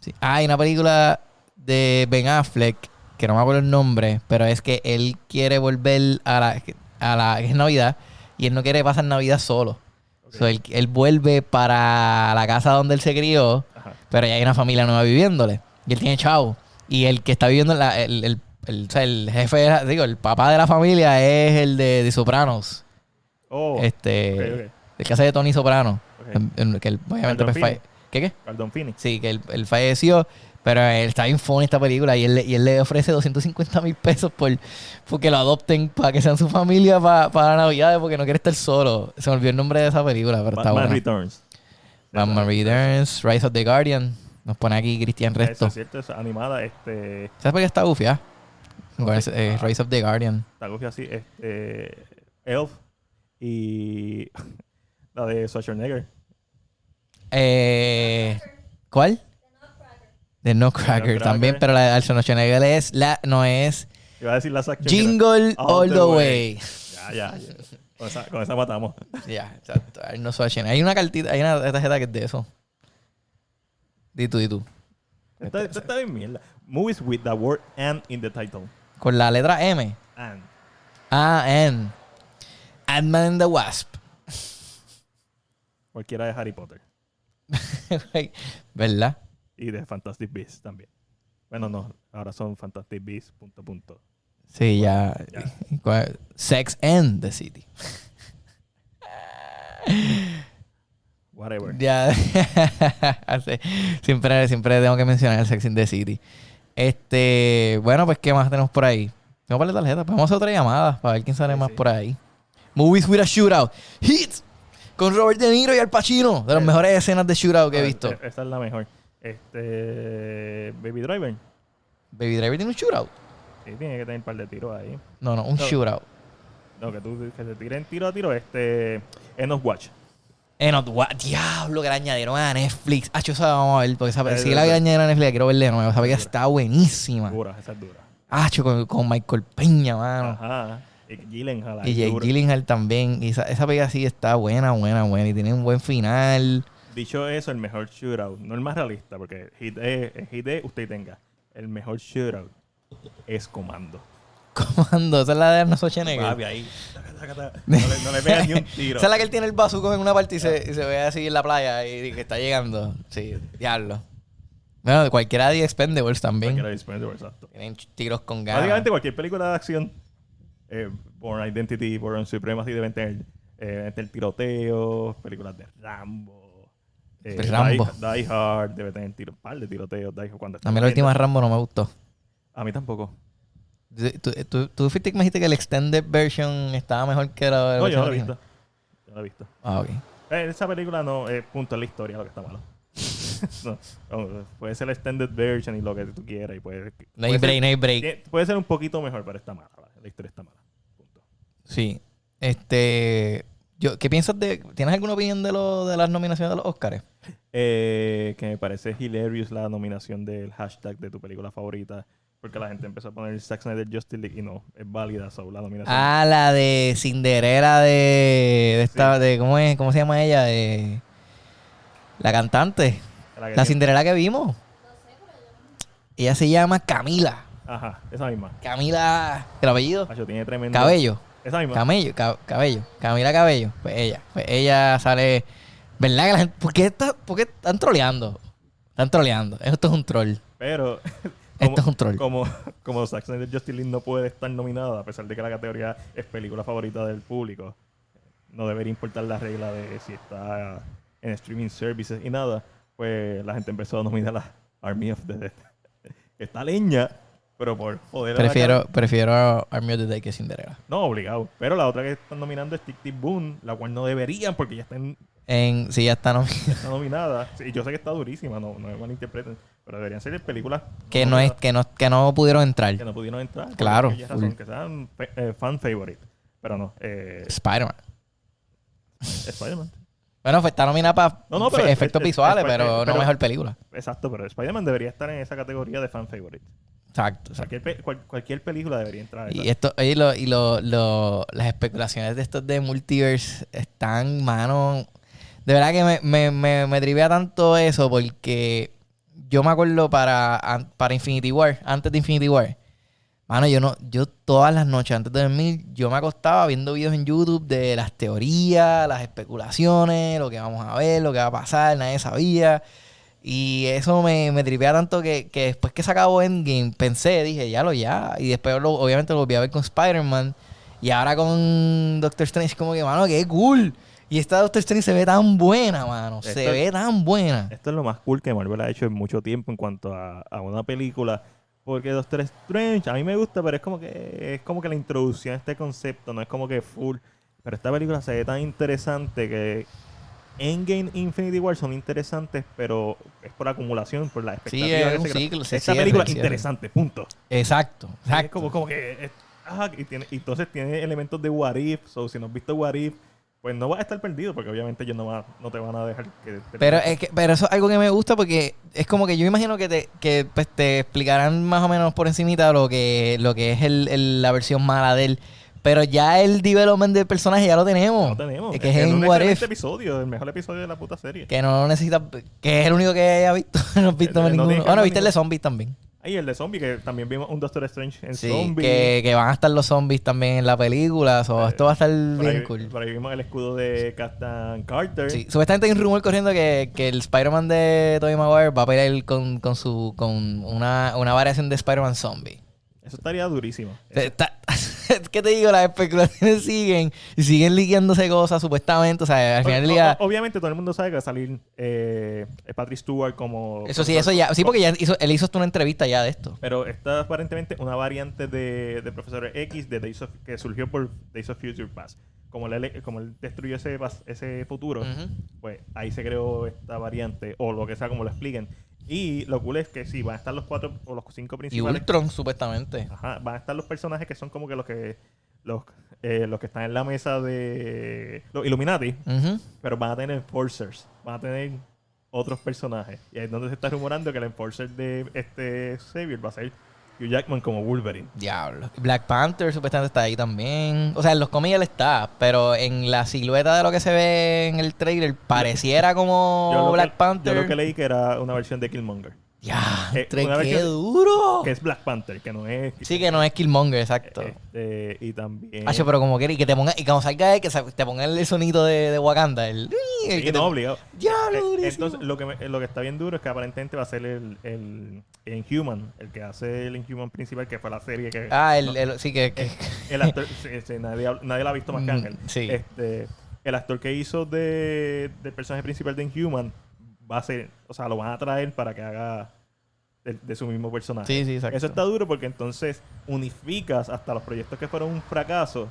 [SPEAKER 1] Sí. Ah, Hay una película de Ben Affleck, que no me acuerdo el nombre, pero es que él quiere volver a la, a la que es Navidad y él no quiere pasar Navidad solo.
[SPEAKER 2] Ok.
[SPEAKER 1] So, él, él vuelve para la casa donde él se crió,
[SPEAKER 2] Ajá.
[SPEAKER 1] pero ya hay una familia nueva viviéndole. Y él tiene chavo. Y el que está viviendo, en la- el, el- el- o sea, el jefe, de la- digo, el papá de la familia es el de, de Sopranos.
[SPEAKER 2] Oh,
[SPEAKER 1] este,
[SPEAKER 2] ok,
[SPEAKER 1] El que hace de Tony Soprano.
[SPEAKER 2] ok, ok.
[SPEAKER 1] En- en- que él, obviamente,
[SPEAKER 2] Aldon
[SPEAKER 1] pues,
[SPEAKER 2] Finney.
[SPEAKER 1] falle- ¿Qué qué?
[SPEAKER 2] Aldon Finney.
[SPEAKER 1] Sí, que él, él falleció, pero él está bien funny esta película y él, le- y él le ofrece 250 mil pesos por porque lo adopten para que sean su familia pa- para Navidades porque no quiere estar solo. Se me olvidó el nombre de esa película, pero está
[SPEAKER 2] Batman
[SPEAKER 1] buena.
[SPEAKER 2] Returns.
[SPEAKER 1] Batman Returns, Rise of the Guardian. Nos pone aquí Cristian
[SPEAKER 2] Eso
[SPEAKER 1] Resto.
[SPEAKER 2] es cierto, es animada, este,
[SPEAKER 1] ¿Sabes por qué está ah? bufia?
[SPEAKER 2] Ok.
[SPEAKER 1] eh, Rise of the Guardian.
[SPEAKER 2] está cogida así, este, Elf y la de Schwarzenegger.
[SPEAKER 1] Eh, ¿Cuál? The Nutcracker.
[SPEAKER 2] Nutcracker.
[SPEAKER 1] también, pero la de Arsenal Schwarzenegger es la, no es
[SPEAKER 2] Iba a decir la action.
[SPEAKER 1] Jingle
[SPEAKER 2] era,
[SPEAKER 1] all the way.
[SPEAKER 2] Ya, ya, ya. Con esa, con esa matamos.
[SPEAKER 1] Ya, exacto. Arnold Schwarzenegger. Hay una cartita, hay una tarjeta que es de eso. Di tú, di tú.
[SPEAKER 2] Esta, esta está bien mierda. Movies with the word and in the title.
[SPEAKER 1] Con la letra M.
[SPEAKER 2] And.
[SPEAKER 1] Ah, N. Ant-Man and the Wasp.
[SPEAKER 2] Cualquiera de Harry Potter.
[SPEAKER 1] ¿Verdad?
[SPEAKER 2] Y de Fantastic Beasts también. Bueno, no. Ahora son Fantastic Beasts, punto, punto.
[SPEAKER 1] Sí, ya.
[SPEAKER 2] Ya.
[SPEAKER 1] ¿Cuál? Sex and the City.
[SPEAKER 2] Whatever.
[SPEAKER 1] Pues. Ya. Sí. siempre, siempre tengo que mencionar el Sex in the City. Este, bueno, pues, ¿qué más tenemos por ahí? Tengo para la tarjeta. Pues, Vamos a hacer otra llamada para ver quién sale
[SPEAKER 2] Sí,
[SPEAKER 1] más
[SPEAKER 2] sí.
[SPEAKER 1] por ahí. Movies with a Shootout. Hits. Con Robert De Niro y Al Pacino. De las
[SPEAKER 2] Eh.
[SPEAKER 1] mejores escenas de shootout que he
[SPEAKER 2] Ah,
[SPEAKER 1] visto.
[SPEAKER 2] e- Esa es la mejor. Este. Baby Driver.
[SPEAKER 1] Baby Driver tiene un shootout.
[SPEAKER 2] Sí, tiene que tener un par de tiros ahí.
[SPEAKER 1] No, no, un
[SPEAKER 2] No.
[SPEAKER 1] shootout.
[SPEAKER 2] No, que tú que te tiren tiro a tiro. Este. Enos Watch.
[SPEAKER 1] Eh, no, gua- diablo, que le añadieron a Netflix. Ah, yo esa la vamos a ver, porque esa,
[SPEAKER 2] Eh,
[SPEAKER 1] si
[SPEAKER 2] eh,
[SPEAKER 1] la
[SPEAKER 2] eh.
[SPEAKER 1] añadieron a Netflix, la quiero ver de nuevo. Esa película está buenísima.
[SPEAKER 2] Dura, esa es dura.
[SPEAKER 1] Ah, yo con, con Michael Peña, mano.
[SPEAKER 2] Ajá. Y Gyllenhaal. ahí,
[SPEAKER 1] Ah, Y Jake
[SPEAKER 2] duro.
[SPEAKER 1] Gyllenhaal también. Y esa, esa película sí está buena, buena, buena. Y tiene un buen final.
[SPEAKER 2] Dicho eso, el mejor shootout, no el más realista, porque hit es es hit es usted tenga. El mejor shootout es comando.
[SPEAKER 1] Comando, esa es la de Arnold Schwarzenegger.
[SPEAKER 2] Papi, ahí. taca, taca, taca. No le, no le pegas ni un tiro.
[SPEAKER 1] Esa es la que él tiene el bazuco en una parte y se, y se ve así en la playa y, que está llegando. Sí, diablo. Bueno, de cualquiera de Expendables
[SPEAKER 2] Cualquiera de
[SPEAKER 1] también.
[SPEAKER 2] Expendables, exacto.
[SPEAKER 1] Tienen ch- tiros con ganas.
[SPEAKER 2] Básicamente cualquier película de acción, eh, Born Identity, Born Supremacy, deben tener, eh, deben tener tiroteos, películas de Rambo. eh,
[SPEAKER 1] De Pues Rambo.
[SPEAKER 2] Die, Die Hard debe tener tiro, un par de tiroteos. Die Hard, cuando está
[SPEAKER 1] A mí la
[SPEAKER 2] viendo.
[SPEAKER 1] última Rambo no me gustó.
[SPEAKER 2] A mí tampoco.
[SPEAKER 1] ¿Tú, tú, tú fuiste que me dijiste que el extended version estaba mejor que la
[SPEAKER 2] No,
[SPEAKER 1] versión
[SPEAKER 2] yo no la he
[SPEAKER 1] original?
[SPEAKER 2] visto. Yo no la he visto.
[SPEAKER 1] Ah, ok.
[SPEAKER 2] Eh, esa película no es punto de la historia lo que está malo. No, no, puede ser la extended version y lo que tú quieras. Y puede,
[SPEAKER 1] No
[SPEAKER 2] puede
[SPEAKER 1] hay
[SPEAKER 2] ser-
[SPEAKER 1] break, no hay break.
[SPEAKER 2] tie- Puede ser un poquito mejor, pero está mala. La, la historia está mala. Punto.
[SPEAKER 1] Sí. Este. Yo, ¿Qué piensas de. ¿Tienes alguna opinión de, lo, de las nominaciones de los Oscars?
[SPEAKER 2] Eh, que me parece hilarious la nominación del hashtag de tu película favorita. Porque la gente empezó a poner Zack Snyder Justice League y no, es válida so, la nominación.
[SPEAKER 1] Ah, la de Cinderella de. de esta. De, ¿cómo, es? ¿Cómo se llama ella? De. La cantante.
[SPEAKER 2] la que
[SPEAKER 1] La
[SPEAKER 2] tiene-
[SPEAKER 1] Cinderella que vimos. Ella se llama Camila.
[SPEAKER 2] Ajá, esa misma.
[SPEAKER 1] Camila. ¿El apellido?
[SPEAKER 2] Acho, tiene tremendo.
[SPEAKER 1] Cabello.
[SPEAKER 2] Esa misma.
[SPEAKER 1] Camello, ca- cabello, Camila Cabello, pues ella, pues ella sale, ¿verdad? que la gente- ¿Por qué, está, por qué están troleando? Están troleando, esto es un troll,
[SPEAKER 2] Pero.
[SPEAKER 1] esto es un troll.
[SPEAKER 2] Como, como Zack Snyder Justice League no puede estar nominada, a pesar de que la categoría es película favorita del público, no debería importar la regla de si está en streaming services y nada, pues la gente empezó a nominar a Army of the Dead. Está leña, pero por joder. a la
[SPEAKER 1] Prefiero,
[SPEAKER 2] cara-
[SPEAKER 1] prefiero Army of the Day que Cinderella.
[SPEAKER 2] No, obligado. Pero la otra que están nominando es Tick Tick Boom, la cual no deberían porque ya está, en-
[SPEAKER 1] En, sí, ya está nom-
[SPEAKER 2] ya está nominada. Sí, yo sé que está durísima, no, no me malinterpreten, pero deberían ser películas
[SPEAKER 1] que no es,
[SPEAKER 2] nominadas
[SPEAKER 1] que no, que no pudieron
[SPEAKER 2] que
[SPEAKER 1] entrar.
[SPEAKER 2] no pudieron entrar. por
[SPEAKER 1] Claro,
[SPEAKER 2] aquella razón,
[SPEAKER 1] full.
[SPEAKER 2] que sean fe- eh, fan favorite. Pero no, eh,
[SPEAKER 1] Spider-Man.
[SPEAKER 2] Spider-Man.
[SPEAKER 1] Bueno, fue, está nominada para
[SPEAKER 2] No, no, pero es-
[SPEAKER 1] efectos
[SPEAKER 2] es- es-
[SPEAKER 1] visuales,
[SPEAKER 2] es-
[SPEAKER 1] pero no
[SPEAKER 2] pero-
[SPEAKER 1] mejor película.
[SPEAKER 2] Exacto, pero Spider-Man debería estar en esa categoría de fan favorite.
[SPEAKER 1] Exacto. exacto.
[SPEAKER 2] Cualquier, pe- cual- cualquier película debería entrar.
[SPEAKER 1] Y
[SPEAKER 2] ¿verdad?
[SPEAKER 1] esto, y lo, y lo, lo- las especulaciones de estos de multiverse están, mano. De verdad que me, me, me, me trivia tanto eso porque yo me acuerdo para, an- para Infinity War, antes de Infinity War. Mano, yo no, yo todas las noches antes de dormir, yo me acostaba viendo videos en YouTube de las teorías, las especulaciones, lo que vamos a ver, lo que va a pasar, nadie sabía. Y eso me, me tripea tanto que, que después que se acabó Endgame, pensé, dije, ya lo ya. Y después lo- obviamente lo volví a ver con Spider-Man. Y ahora con Doctor Strange, como que, mano, qué cool. Y esta Doctor Strange se ve tan buena, mano. Se
[SPEAKER 2] Esto-
[SPEAKER 1] ve tan buena.
[SPEAKER 2] Esto es lo más cool que Marvel ha hecho en mucho tiempo en cuanto a, a una película. Porque Doctor Strange, a mí me gusta, pero es como que es como que la introducción a este concepto, no es como que full. Pero esta película se ve tan interesante que Endgame Infinity War son interesantes, pero es por acumulación, por la
[SPEAKER 1] Sí,
[SPEAKER 2] expectativa.
[SPEAKER 1] es
[SPEAKER 2] que
[SPEAKER 1] un
[SPEAKER 2] se crea.
[SPEAKER 1] ciclo. se
[SPEAKER 2] Esta
[SPEAKER 1] cierra,
[SPEAKER 2] película
[SPEAKER 1] se
[SPEAKER 2] es
[SPEAKER 1] cierra.
[SPEAKER 2] interesante, punto.
[SPEAKER 1] Exacto,
[SPEAKER 2] Es
[SPEAKER 1] exacto.
[SPEAKER 2] como, como que. es- ajá, y tiene, y entonces tiene elementos de What If. So, si no has visto What If, pues no vas a estar perdido porque obviamente ellos no, va- no te van a dejar que... te-
[SPEAKER 1] Pero, es que, pero eso es algo que me gusta porque es como que yo imagino que te, que, pues, te explicarán más o menos por encimita lo que, lo que es el, el- la versión mala de él. Pero ya el development del personaje ya lo tenemos.
[SPEAKER 2] no tenemos.
[SPEAKER 1] Es que es, en
[SPEAKER 2] un
[SPEAKER 1] What
[SPEAKER 2] excelente
[SPEAKER 1] If,
[SPEAKER 2] episodio, el mejor episodio de la puta serie.
[SPEAKER 1] Que no necesitas... Que es el único que haya visto. no has visto
[SPEAKER 2] Eh, no
[SPEAKER 1] más
[SPEAKER 2] tiene
[SPEAKER 1] ninguno.
[SPEAKER 2] que
[SPEAKER 1] Bueno,
[SPEAKER 2] ver
[SPEAKER 1] viste el
[SPEAKER 2] ninguno.
[SPEAKER 1] de zombies también.
[SPEAKER 2] Ahí el de zombie, que también vimos un Doctor Strange en
[SPEAKER 1] Sí,
[SPEAKER 2] zombie.
[SPEAKER 1] que, que van a estar los zombies también en la película. so,
[SPEAKER 2] Eh,
[SPEAKER 1] esto va a estar
[SPEAKER 2] Por ahí,
[SPEAKER 1] bien cool.
[SPEAKER 2] por ahí vimos el escudo de Captain Carter.
[SPEAKER 1] Sí, supuestamente hay un rumor corriendo que, que el Spider-Man de Tobey Maguire va a pelear con, con su con una, una variación de Spider-Man zombie.
[SPEAKER 2] Eso estaría durísimo.
[SPEAKER 1] O sea, está- es que te digo, las especulaciones siguen y siguen liqueándose cosas supuestamente. O sea, al final del
[SPEAKER 2] O-
[SPEAKER 1] día...
[SPEAKER 2] o- obviamente todo el mundo sabe que va a salir eh, Patrick Stewart como...
[SPEAKER 1] Eso sí,
[SPEAKER 2] como-
[SPEAKER 1] eso ya... Sí, porque ya hizo, él hizo hasta una entrevista ya de esto.
[SPEAKER 2] Pero está aparentemente una variante de, de Profesor X de Days of- que surgió por Days of Future Past. Como, la ele- como él destruyó ese, pas- ese futuro,
[SPEAKER 1] Ujú.
[SPEAKER 2] pues ahí se creó esta variante, o lo que sea, como lo expliquen. Y lo cool es que sí, van a estar los cuatro o los cinco
[SPEAKER 1] Y
[SPEAKER 2] principales.
[SPEAKER 1] Ultron, supuestamente.
[SPEAKER 2] Ajá, van a estar los personajes que son como que los que los, eh, los que están en la mesa de los Illuminati,
[SPEAKER 1] Ujú.
[SPEAKER 2] pero van a tener enforcers, van a tener otros personajes. Y ahí es donde se está rumorando que el enforcer de este Xavier va a ser Hugh Jackman como Wolverine.
[SPEAKER 1] Diablo. Black Panther supuestamente está ahí también. O sea, en los cómics él está, pero en la silueta de lo que se ve en el trailer pareciera como
[SPEAKER 2] lo
[SPEAKER 1] Oh, Black
[SPEAKER 2] que,
[SPEAKER 1] Panther.
[SPEAKER 2] yo lo que leí que era una versión de Killmonger,
[SPEAKER 1] Ya,
[SPEAKER 2] Eh,
[SPEAKER 1] tre-
[SPEAKER 2] una vez
[SPEAKER 1] qué
[SPEAKER 2] que-
[SPEAKER 1] duro.
[SPEAKER 2] que es Black Panther, que no es.
[SPEAKER 1] Sí, que no es Killmonger, exacto.
[SPEAKER 2] Este, y también.
[SPEAKER 1] Hacho, pero como quiera, y que te ponga, y cuando salga él, que sa- te ponga el sonido de, de Wakanda, el, el
[SPEAKER 2] Sí,
[SPEAKER 1] que te-
[SPEAKER 2] no, obligado.
[SPEAKER 1] Diablo,
[SPEAKER 2] Eh,
[SPEAKER 1] durísimo.
[SPEAKER 2] Entonces, lo que, me- eh, lo que está bien duro es que aparentemente va a ser el, el, Inhuman, el que hace el Inhuman principal, que fue la serie que.
[SPEAKER 1] Ah, el,
[SPEAKER 2] no, Eh,
[SPEAKER 1] el- sí que, que-
[SPEAKER 2] el actor. sí, sí, nadie, habla- nadie la ha visto más que
[SPEAKER 1] Mm,
[SPEAKER 2] Ángel.
[SPEAKER 1] sí.
[SPEAKER 2] Este, el actor que hizo de, del personaje principal de Inhuman va a ser. O sea, lo van a traer para que haga de, de su mismo personaje.
[SPEAKER 1] Sí, sí, exacto.
[SPEAKER 2] Eso está duro porque entonces unificas hasta los proyectos que fueron un fracaso.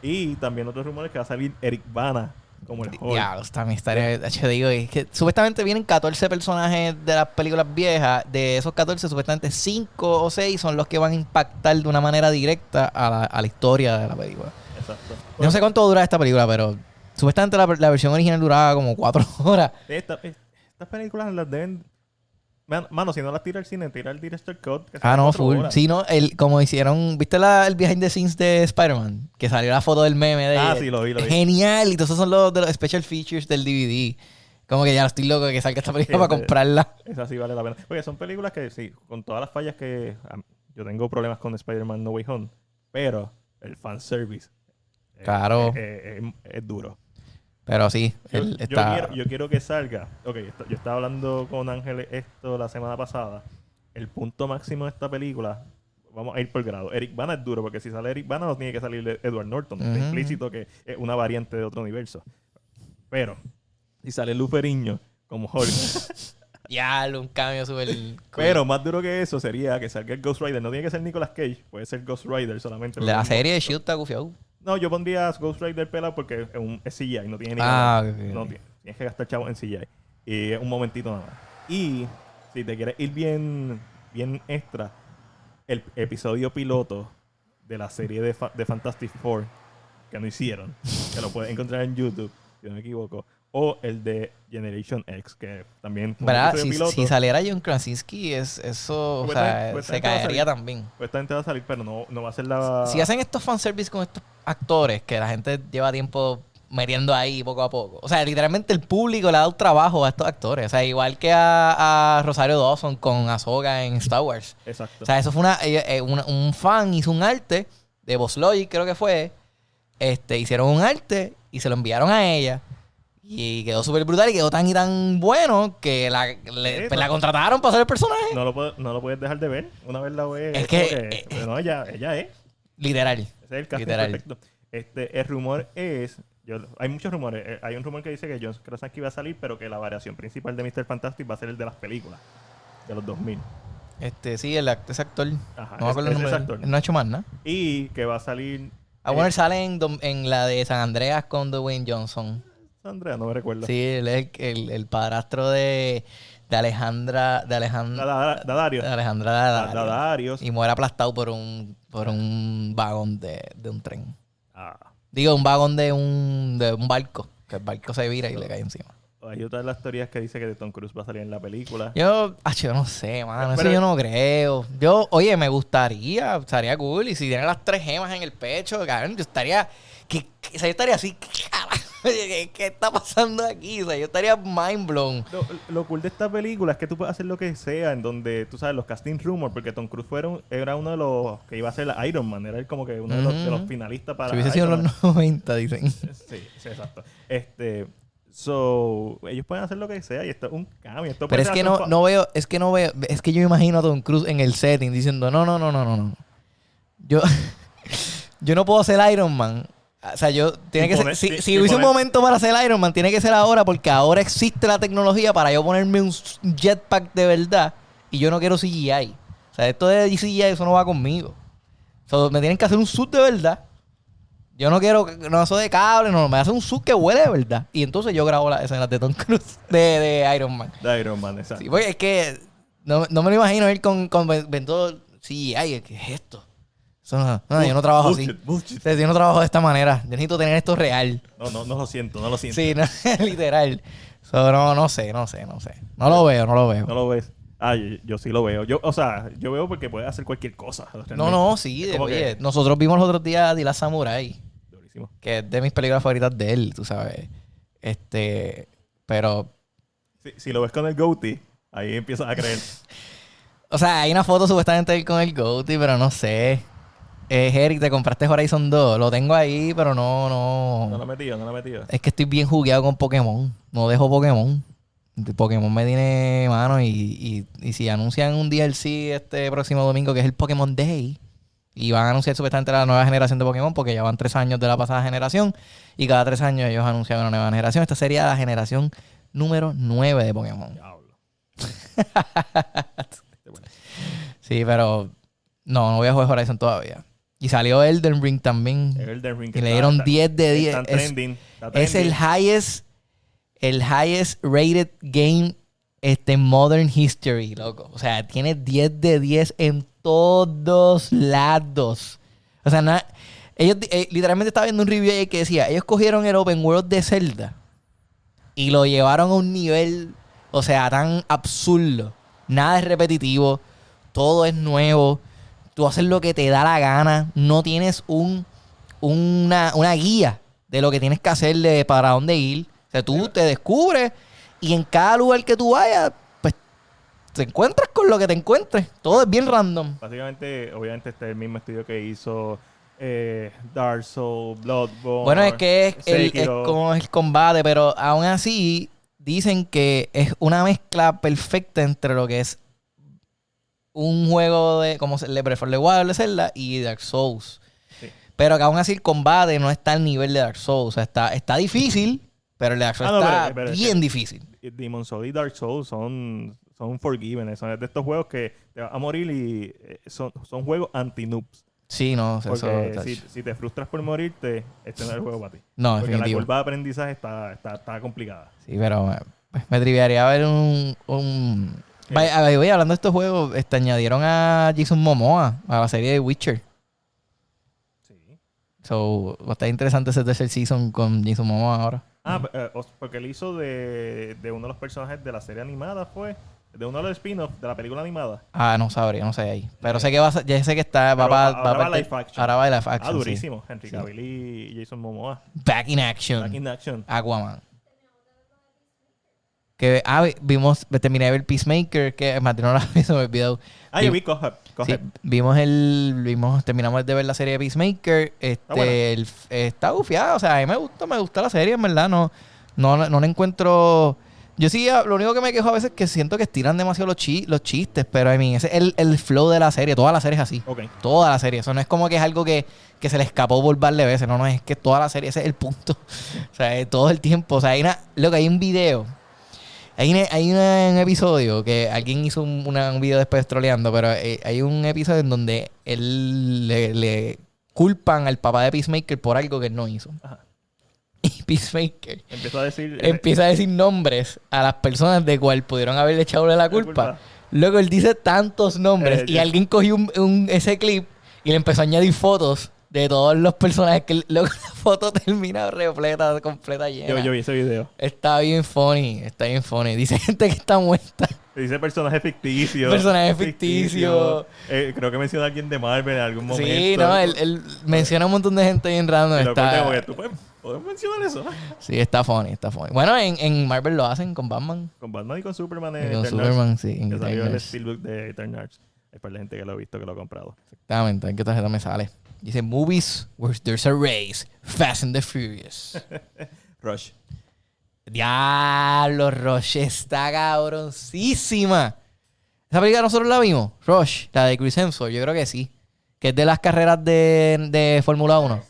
[SPEAKER 2] Y también otros rumores que va a salir Eric Bana como el Hulk.
[SPEAKER 1] Diablo, también estaría, hacho, digo, es que supuestamente vienen 14 personajes de las películas viejas, de esos 14 supuestamente 5 o 6 son los que van a impactar de una manera directa a la, a la historia de la película.
[SPEAKER 2] Exacto.
[SPEAKER 1] Yo no sé cuánto dura esta película, pero supuestamente la, la versión original duraba como 4 horas.
[SPEAKER 2] Esta- eh, estas películas las deben. Man- Mano, si no las tira al cine, tira el director cut. que son
[SPEAKER 1] Ah, no,
[SPEAKER 2] cuatro
[SPEAKER 1] full.
[SPEAKER 2] horas.
[SPEAKER 1] Sí, no, el, como hicieron, ¿viste la, el behind the scenes de Spider-Man? Que salió la foto del meme de...
[SPEAKER 2] Ah, sí, lo vi, lo
[SPEAKER 1] eh,
[SPEAKER 2] vi.
[SPEAKER 1] Genial, y todos esos son los, de los special features del DVD. Como que ya estoy loco de que salga esta película
[SPEAKER 2] Sí,
[SPEAKER 1] para
[SPEAKER 2] de-
[SPEAKER 1] comprarla.
[SPEAKER 2] Esa sí vale la pena. Oye, son películas que, sí, con todas las fallas que. am, yo tengo problemas con Spider-Man No Way Home, pero el fanservice. eh,
[SPEAKER 1] Claro.
[SPEAKER 2] eh, eh, es, es duro.
[SPEAKER 1] Pero sí,
[SPEAKER 2] Yo,
[SPEAKER 1] él
[SPEAKER 2] yo
[SPEAKER 1] está...
[SPEAKER 2] quiero, yo quiero que salga. Ok, esto- yo estaba hablando con Ángel esto la semana pasada. El punto máximo de esta película, vamos a ir por grado. Eric Bana es duro, porque si sale Eric Bana no tiene que salir Edward Norton.
[SPEAKER 1] Ujú.
[SPEAKER 2] Está implícito que es una variante de otro universo. Pero, si sale Luperiño como Hulk.
[SPEAKER 1] Diablo, un cambio súper... cool.
[SPEAKER 2] pero más duro que eso sería que salga el Ghost Rider. No tiene que ser Nicolas Cage, puede ser Ghost Rider solamente.
[SPEAKER 1] La
[SPEAKER 2] Porque-
[SPEAKER 1] serie de Shield está gufiado.
[SPEAKER 2] No, yo pondría Ghost Rider pelado porque es, un, es CGI, no tiene ni
[SPEAKER 1] Ah,
[SPEAKER 2] nada.
[SPEAKER 1] ok, ok,
[SPEAKER 2] No
[SPEAKER 1] ok.
[SPEAKER 2] tiene- tienes que gastar chavo en CGI. Y es un momentito nada más. Y si te quieres ir bien, bien extra, el episodio piloto de la serie de, Fa- de Fantastic Four que no hicieron, que lo puedes encontrar en YouTube, si no me equivoco, o el de Generation X, que también fue un
[SPEAKER 1] ¿Verdad?
[SPEAKER 2] episodio
[SPEAKER 1] Si, si saliera John Krasinski, es, eso o
[SPEAKER 2] Pues
[SPEAKER 1] sea,
[SPEAKER 2] también- pues
[SPEAKER 1] se
[SPEAKER 2] también va a
[SPEAKER 1] caería
[SPEAKER 2] salir.
[SPEAKER 1] también.
[SPEAKER 2] Pues esta gente va a salir, pero no, no va a ser la...
[SPEAKER 1] Si hacen estos fanservice con estos actores que la gente lleva tiempo metiendo ahí poco a poco. O sea, literalmente el público le ha dado trabajo a estos actores. O sea, igual que a, a Rosario Dawson con Ahsoka en Star Wars.
[SPEAKER 2] Exacto.
[SPEAKER 1] O sea, eso fue una, ella- eh, una- un fan hizo un arte de Boss Logic, creo que fue. Este, hicieron un arte y se lo enviaron a ella. Y quedó súper brutal y quedó tan y tan bueno que la, le-
[SPEAKER 2] Sí,
[SPEAKER 1] pues,
[SPEAKER 2] no.
[SPEAKER 1] la contrataron para hacer el personaje.
[SPEAKER 2] no, lo puedo- no lo puedes dejar de ver. Una vez la ves...
[SPEAKER 1] Es que-
[SPEAKER 2] como pero no, ella, ella es.
[SPEAKER 1] Literal.
[SPEAKER 2] Ese es el casting
[SPEAKER 1] Literal.
[SPEAKER 2] perfecto. Este, el rumor es. yo- hay muchos rumores. Eh, Hay un rumor que dice que John Krasinski va a salir, pero que la variación principal de Mr. Fantastic va a ser el de las películas, de los 2000.
[SPEAKER 1] Este, sí, el act- ese actor.
[SPEAKER 2] Ajá,
[SPEAKER 1] no me acuerdo el
[SPEAKER 2] ese-
[SPEAKER 1] nombre.
[SPEAKER 2] ese
[SPEAKER 1] de él.
[SPEAKER 2] actor.
[SPEAKER 1] Él No ha hecho más, ¿no?
[SPEAKER 2] Y que va a salir.
[SPEAKER 1] Ah,
[SPEAKER 2] eh,
[SPEAKER 1] bueno, él sale en, Dom- en la de San Andreas con Dwayne Johnson.
[SPEAKER 2] Andrea, no me recuerdo.
[SPEAKER 1] Sí, él es el, el, el padrastro de, de Alejandra. De
[SPEAKER 2] Da-
[SPEAKER 1] Alejandra.
[SPEAKER 2] da- da- Dario.
[SPEAKER 1] De Alejandra Daddario.
[SPEAKER 2] Da- da- Darius.
[SPEAKER 1] Y muere aplastado por un, por un vagón de, de un tren.
[SPEAKER 2] Ah,
[SPEAKER 1] Digo, un vagón de un, de un barco. Que el barco se vira y le cae encima.
[SPEAKER 2] Hay otra de las teorías que dice que de Tom Cruise va a salir en la película.
[SPEAKER 1] Yo, ah, yo no sé, mano. Eso
[SPEAKER 2] Pero-
[SPEAKER 1] yo no creo. Yo, oye, me gustaría, estaría cool. Y si tiene las tres gemas en el pecho, cabrón, yo estaría. Que, que- o sea, yo estaría así, ¿qué, carajo? ¿Qué- qué está pasando aquí? O sea, yo estaría mind blown.
[SPEAKER 2] Lo, lo cool de esta película es que tú puedes hacer lo que sea en donde, tú sabes, los casting rumors, porque Tom Cruise fueron, era uno de los que iba a ser Iron Man, era él como que uno de los, de los
[SPEAKER 1] Ujú.
[SPEAKER 2] finalistas para
[SPEAKER 1] Si hubiese sido
[SPEAKER 2] Iron Man.
[SPEAKER 1] los 90, dicen.
[SPEAKER 2] Sí, sí, exacto. Este, so, ellos pueden hacer lo que sea y esto es un cambio. Esto
[SPEAKER 1] Pero
[SPEAKER 2] puede
[SPEAKER 1] es
[SPEAKER 2] ser
[SPEAKER 1] que
[SPEAKER 2] hasta
[SPEAKER 1] no,
[SPEAKER 2] un fa-
[SPEAKER 1] no veo, es que no veo, es que yo imagino a Tom Cruise en el setting diciendo, no, no, no, no, no, no. Yo, yo no puedo ser Iron Man. O sea, yo, tiene
[SPEAKER 2] Y
[SPEAKER 1] que
[SPEAKER 2] poner-
[SPEAKER 1] ser, si,
[SPEAKER 2] y-
[SPEAKER 1] si
[SPEAKER 2] y
[SPEAKER 1] hubiese un
[SPEAKER 2] poner-
[SPEAKER 1] momento para ser Iron Man, tiene que ser ahora porque ahora existe la tecnología para yo ponerme un s- jetpack de verdad y yo no quiero CGI. O sea, esto de CGI, eso no va conmigo. So, me tienen que hacer un suit de verdad. Yo no quiero, no, eso de cable, no, me hace un suit que huele de verdad. Y entonces yo grabo las escenas de Tom Cruise, de, de Iron Man.
[SPEAKER 2] De Iron Man, exacto.
[SPEAKER 1] Sí, porque es que no, no me lo imagino ir con, con ven- vendedor. Sí, ay, ¿qué es esto? Eso no, no, yo no trabajo así.
[SPEAKER 2] Bullshit, bullshit.
[SPEAKER 1] O sea, yo no trabajo de esta manera. Yo necesito tener esto real.
[SPEAKER 2] No, no, no lo siento, no lo siento.
[SPEAKER 1] Sí, no, literal. So, no, no sé, no sé, no sé. No lo veo, no lo veo.
[SPEAKER 2] No lo ves. Ah, yo, yo sí lo veo. Yo, o sea, yo veo porque puede hacer cualquier cosa. realmente.
[SPEAKER 1] No, no, sí.
[SPEAKER 2] Es
[SPEAKER 1] de-
[SPEAKER 2] como que-
[SPEAKER 1] oye, nosotros vimos los otros días Dila Samurai,
[SPEAKER 2] Durísimo.
[SPEAKER 1] que es de mis películas favoritas de él, tú sabes. Este, pero...
[SPEAKER 2] Si, si lo ves con el goatee, ahí empiezas a creer.
[SPEAKER 1] O sea, hay una foto supuestamente de él con el Goatee, pero no sé. Eh, Eric, te compraste Horizon 2. Lo tengo ahí, pero no, no.
[SPEAKER 2] No lo he metido, no lo he metido.
[SPEAKER 1] Es que estoy bien jugueado con Pokémon. No dejo Pokémon. De Pokémon me tiene mano y, y- y si anuncian un DLC este próximo domingo que es el Pokémon Day y van a anunciar supuestamente la nueva generación de Pokémon porque ya van tres años de la pasada generación y cada tres años ellos anuncian una nueva generación. Esta sería la generación número 9 de Pokémon.
[SPEAKER 2] Diablo.
[SPEAKER 1] Sí, pero no, no voy a jugar Horizon todavía. Y salió Elden Ring también.
[SPEAKER 2] Elden Ring.
[SPEAKER 1] Y le dieron 10 de 10.
[SPEAKER 2] Están
[SPEAKER 1] Es-
[SPEAKER 2] trending. está
[SPEAKER 1] Es el
[SPEAKER 2] trending.
[SPEAKER 1] highest, el highest rated game este, en Modern History, loco. O sea, tiene 10 de 10 en todos lados. O sea, na- ellos di- eh, literalmente estaba viendo un review ayer que decía, ellos cogieron el open world de Zelda y lo llevaron a un nivel, o sea, tan absurdo. Nada es repetitivo, todo es nuevo, tú haces lo que te da la gana, no tienes un, una, una guía de lo que tienes que hacer, de para dónde ir. O sea, tú te descubres y en cada lugar que tú vayas, pues te encuentras con lo que te encuentres. Todo es bien random.
[SPEAKER 2] Básicamente, obviamente, este es el mismo estudio que hizo eh, Dark Souls, Bloodborne.
[SPEAKER 1] Bueno, es que es, el, es
[SPEAKER 2] Sekiro.
[SPEAKER 1] como el combate, pero aún así dicen que es una mezcla perfecta entre lo que es un juego de como se- le Breath of the Wild de Zelda y Dark Souls.
[SPEAKER 2] Sí.
[SPEAKER 1] Pero que aún así el combate no está al nivel de Dark Souls. O sea, está, está difícil, pero el de Dark Souls
[SPEAKER 2] Ah, no,
[SPEAKER 1] está
[SPEAKER 2] pero- pero es
[SPEAKER 1] bien
[SPEAKER 2] que-
[SPEAKER 1] difícil.
[SPEAKER 2] Demon Souls y Dark Souls son, son forgiven. Son de estos juegos que te vas a morir y eh, son, son juegos anti-noobs.
[SPEAKER 1] Sí, no, o sea, eso
[SPEAKER 2] Porque
[SPEAKER 1] está
[SPEAKER 2] si,
[SPEAKER 1] hecho.
[SPEAKER 2] si te frustras por morirte, este no es el juego para ti.
[SPEAKER 1] No,
[SPEAKER 2] Porque
[SPEAKER 1] definitivo.
[SPEAKER 2] la curva de aprendizaje está, está, está complicada.
[SPEAKER 1] Sí, pero eh, pues, me triviaría ver un... un...
[SPEAKER 2] ¿Qué?
[SPEAKER 1] Vaya, a ver, oye, hablando de estos juegos, este, añadieron a Jason Momoa a la serie de Witcher.
[SPEAKER 2] Sí.
[SPEAKER 1] So, va a estar interesante ese tercer season con Jason Momoa ahora.
[SPEAKER 2] Ah, pe- eh, os- porque él hizo de, de uno de los personajes de la serie animada, fue. De uno de los spin-offs de la película animada.
[SPEAKER 1] Ah, no sabría, no sé ahí. Pero sé que va a, ser- ya sé que está, va
[SPEAKER 2] Pero
[SPEAKER 1] para...
[SPEAKER 2] ahora va
[SPEAKER 1] parte-
[SPEAKER 2] live action.
[SPEAKER 1] Ahora va live action,
[SPEAKER 2] Ah,
[SPEAKER 1] sí.
[SPEAKER 2] durísimo. Henry
[SPEAKER 1] Sí.
[SPEAKER 2] Cavill y Jason Momoa.
[SPEAKER 1] Back in action.
[SPEAKER 2] Back in action.
[SPEAKER 1] Aquaman. Que, ah, vi- vimos, terminé de ver Peacemaker, que más no la vi, se me olvidó.
[SPEAKER 2] Ah, yo
[SPEAKER 1] Vi-
[SPEAKER 2] vi Coge.
[SPEAKER 1] Sí, vimos el, vimos, terminamos de ver la serie de Peacemaker.
[SPEAKER 2] buena.
[SPEAKER 1] Este, el- está gufiada, o sea, a mí me gusta, me gusta la serie, en verdad, no, no, no la encuentro. Yo sí, ah, lo único que me quejo a veces es que siento que estiran demasiado los, chi- los chistes, pero a mí, ese es el, el flow de la serie, toda la serie es así.
[SPEAKER 2] Ok.
[SPEAKER 1] Toda la serie, eso no es como que es algo que, que se le escapó por par de veces, no, no, es que toda la serie, ese es el punto. O sea, eh, todo el tiempo, o sea, hay una, lo que hay un video hay, un- hay una- un episodio que alguien hizo un, una- un video después troleando, pero eh, hay un episodio en donde él le, le culpan al papá de Peacemaker por algo que él no hizo.
[SPEAKER 2] Ajá.
[SPEAKER 1] Y Peacemaker
[SPEAKER 2] Empezó a decir. eh,
[SPEAKER 1] empieza a decir nombres a las personas de cual pudieron haberle echado la culpa.
[SPEAKER 2] culpa.
[SPEAKER 1] Luego él dice tantos nombres
[SPEAKER 2] Eh,
[SPEAKER 1] y
[SPEAKER 2] ya.
[SPEAKER 1] alguien cogió un- un- ese clip y le empezó a añadir fotos de todos los personajes que lo- la foto termina repleta, completa llena.
[SPEAKER 2] Yo, yo vi ese video.
[SPEAKER 1] Está bien funny, está bien funny. Dice gente que está muerta.
[SPEAKER 2] Dice personaje ficticio.
[SPEAKER 1] Personaje ficticio.
[SPEAKER 2] Eh, creo que menciona a alguien de Marvel en algún momento.
[SPEAKER 1] Sí, no, él, él menciona un montón de gente bien random.
[SPEAKER 2] Y lo corté
[SPEAKER 1] Está,
[SPEAKER 2] como que, ¿tú puedes, puedes mencionar eso?
[SPEAKER 1] sí, está funny, está funny. Bueno, en, en Marvel lo hacen con Batman.
[SPEAKER 2] Con Batman y con Superman
[SPEAKER 1] y
[SPEAKER 2] en
[SPEAKER 1] con
[SPEAKER 2] Eternals,
[SPEAKER 1] Superman, sí. En
[SPEAKER 2] Que Eh, salió el
[SPEAKER 1] Eternals.
[SPEAKER 2] Steelbook de Eternals. Hay para la gente que lo ha visto, que lo ha comprado.
[SPEAKER 1] Exactamente, a ver Ah, qué tarjeta me sale. Dice Movies where there's a race, Fast and the Furious.
[SPEAKER 2] Rush.
[SPEAKER 1] Diablo, Rush está cabroncísima. Esa película nosotros la vimos, Rush, la de Chris Hemsworth, yo creo que sí. Que es de las carreras de, de Fórmula 1.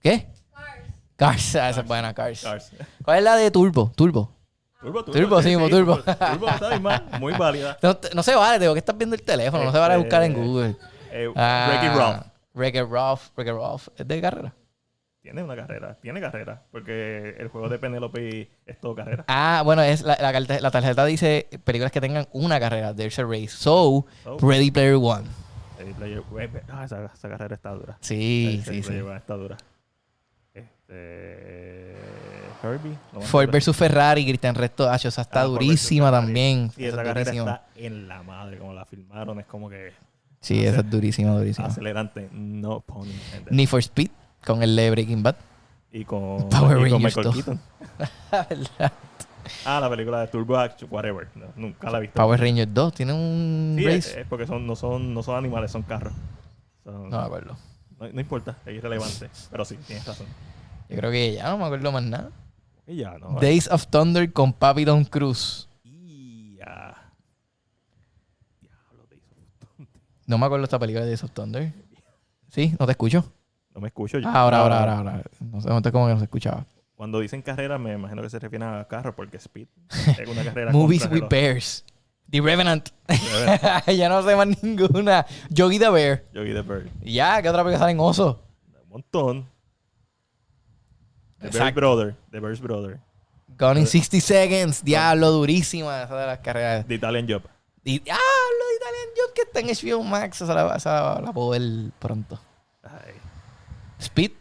[SPEAKER 1] ¿Qué? Cars. Cars, ah, esa es buena, Cars.
[SPEAKER 2] Cars.
[SPEAKER 1] ¿Cuál es la de Turbo? Turbo.
[SPEAKER 2] Turbo, turbo.
[SPEAKER 1] Turbo, sí, como Turbo.
[SPEAKER 2] Turbo está bien mal, muy válida.
[SPEAKER 1] No, te- no se vale, tengo que estás viendo el teléfono, no se vale
[SPEAKER 2] Este,
[SPEAKER 1] buscar en Google.
[SPEAKER 2] Eh,
[SPEAKER 1] Ah,
[SPEAKER 2] Wreck-It Ralph.
[SPEAKER 1] Wreck-It Ralph, Wreck-It Ralph, es de carrera.
[SPEAKER 2] Tiene una carrera, tiene carrera. Porque el juego de Penelope es todo carrera.
[SPEAKER 1] Ah, bueno, es la, la carte- la tarjeta dice películas que tengan una carrera. There's a race. So,
[SPEAKER 2] Oh.
[SPEAKER 1] Ready Player One.
[SPEAKER 2] Ready Player One. Ah, esa, esa carrera está dura.
[SPEAKER 1] Sí,
[SPEAKER 2] Ready
[SPEAKER 1] sí, sí.
[SPEAKER 2] Player One está dura. Este. Herbie. no me
[SPEAKER 1] Ford
[SPEAKER 2] acuerdo.
[SPEAKER 1] versus Ferrari, Cristian Resto. Ah, esa está
[SPEAKER 2] Ah, Ford versus
[SPEAKER 1] durísima
[SPEAKER 2] Ferrari.
[SPEAKER 1] también.
[SPEAKER 2] Y
[SPEAKER 1] Esa
[SPEAKER 2] esa
[SPEAKER 1] es
[SPEAKER 2] carrera
[SPEAKER 1] durísima.
[SPEAKER 2] está en la madre, como la filmaron, es como que
[SPEAKER 1] Sí, esa es durísima, durísima.
[SPEAKER 2] acelerante, no pun intended.
[SPEAKER 1] Need for Speed con el de Breaking Bad.
[SPEAKER 2] Y con,
[SPEAKER 1] Power
[SPEAKER 2] y
[SPEAKER 1] Rangers
[SPEAKER 2] con Michael
[SPEAKER 1] dos.
[SPEAKER 2] Keaton.
[SPEAKER 1] ¿Verdad?
[SPEAKER 2] Ah, la película de Turbo Action, whatever. No, nunca la he visto.
[SPEAKER 1] Power Rangers 2 tiene un
[SPEAKER 2] Sí, eh, es,
[SPEAKER 1] race.
[SPEAKER 2] es porque son, no, son, no son animales, son carros. Son-
[SPEAKER 1] No me
[SPEAKER 2] no.
[SPEAKER 1] acuerdo.
[SPEAKER 2] no importa, es irrelevante. Pero sí, tienes razón.
[SPEAKER 1] Yo creo que ya no me acuerdo más nada.
[SPEAKER 2] Y ya, no. vale.
[SPEAKER 1] Days of Thunder con Papi Don Cruz.
[SPEAKER 2] Y ya. Diablo, te hizo un tonto.
[SPEAKER 1] No me acuerdo esta película de Days of Thunder. ¿Sí? ¿No te escucho?
[SPEAKER 2] No me escucho yo.
[SPEAKER 1] Ah, Ahora, ahora, ahora, ahora. No sé, no sé cómo que no se escuchaba.
[SPEAKER 2] Cuando dicen carrera, me imagino que se refieren a carros, porque Speed es una carrera.
[SPEAKER 1] Movies
[SPEAKER 2] contra
[SPEAKER 1] with
[SPEAKER 2] reloj.
[SPEAKER 1] Bears. The Revenant. ya no sé más ninguna. Yogi the Bear.
[SPEAKER 2] Yogi the Bird.
[SPEAKER 1] Ya, ¿qué otra película sale en oso?
[SPEAKER 2] Un montón. The Bird
[SPEAKER 1] Exacto.
[SPEAKER 2] Brother. The Bird Brother.
[SPEAKER 1] Gone
[SPEAKER 2] Eh,
[SPEAKER 1] in 60 Seconds. Diablo, durísima. Esa de las carreras.
[SPEAKER 2] The Italian Job.
[SPEAKER 1] Di- Diablo, Italian Job que está en HBO Max. Esa la, esa la puedo ver pronto.
[SPEAKER 2] Ay,
[SPEAKER 1] Speed.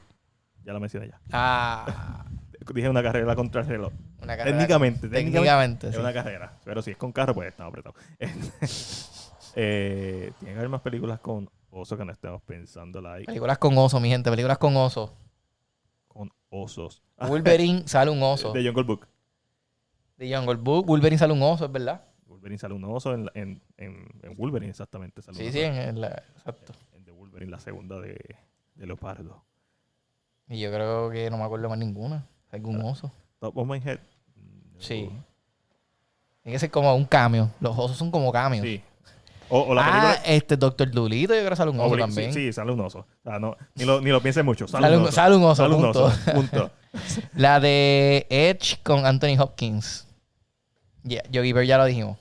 [SPEAKER 2] ya lo mencioné ya.
[SPEAKER 1] Ah.
[SPEAKER 2] Dije una carrera contra el reloj.
[SPEAKER 1] Una carrera-
[SPEAKER 2] Técnicamente,
[SPEAKER 1] Técnicamente,
[SPEAKER 2] es
[SPEAKER 1] sí.
[SPEAKER 2] una carrera. Pero si es con carro, pues estamos apretados. eh, tiene que haber más películas con osos que no estemos pensando like,
[SPEAKER 1] Películas con oso, mi gente. Películas con oso.
[SPEAKER 2] con osos. Ah,
[SPEAKER 1] Wolverine sale un oso.
[SPEAKER 2] De Jungle Book.
[SPEAKER 1] De Jungle Book. Wolverine sale un oso, es verdad.
[SPEAKER 2] Wolverine sale un oso en, la- en, en, en Wolverine, exactamente. Sale un
[SPEAKER 1] Sí,
[SPEAKER 2] oso.
[SPEAKER 1] sí, en en la- exacto.
[SPEAKER 2] En The Wolverine, la segunda de, de Leopardo.
[SPEAKER 1] Y yo creo que no me acuerdo más ninguna. Algún oso.
[SPEAKER 2] Top of my head. no.
[SPEAKER 1] Sí. Tiene que ser como un cameo. Los osos son como cameos.
[SPEAKER 2] Sí. O, o la película.
[SPEAKER 1] Ah, este Doctor Dulito, yo creo que sale un oso
[SPEAKER 2] Obli-
[SPEAKER 1] también.
[SPEAKER 2] Sí, sí, sale un oso. O sea, no, ni, lo, ni lo pienses mucho. Sale,
[SPEAKER 1] Sale
[SPEAKER 2] un
[SPEAKER 1] un-
[SPEAKER 2] oso.
[SPEAKER 1] sale un oso,
[SPEAKER 2] Sale un
[SPEAKER 1] punto.
[SPEAKER 2] oso. Punto.
[SPEAKER 1] La de Edge con Anthony Hopkins. Yeah, Yogi Bear ya lo dijimos.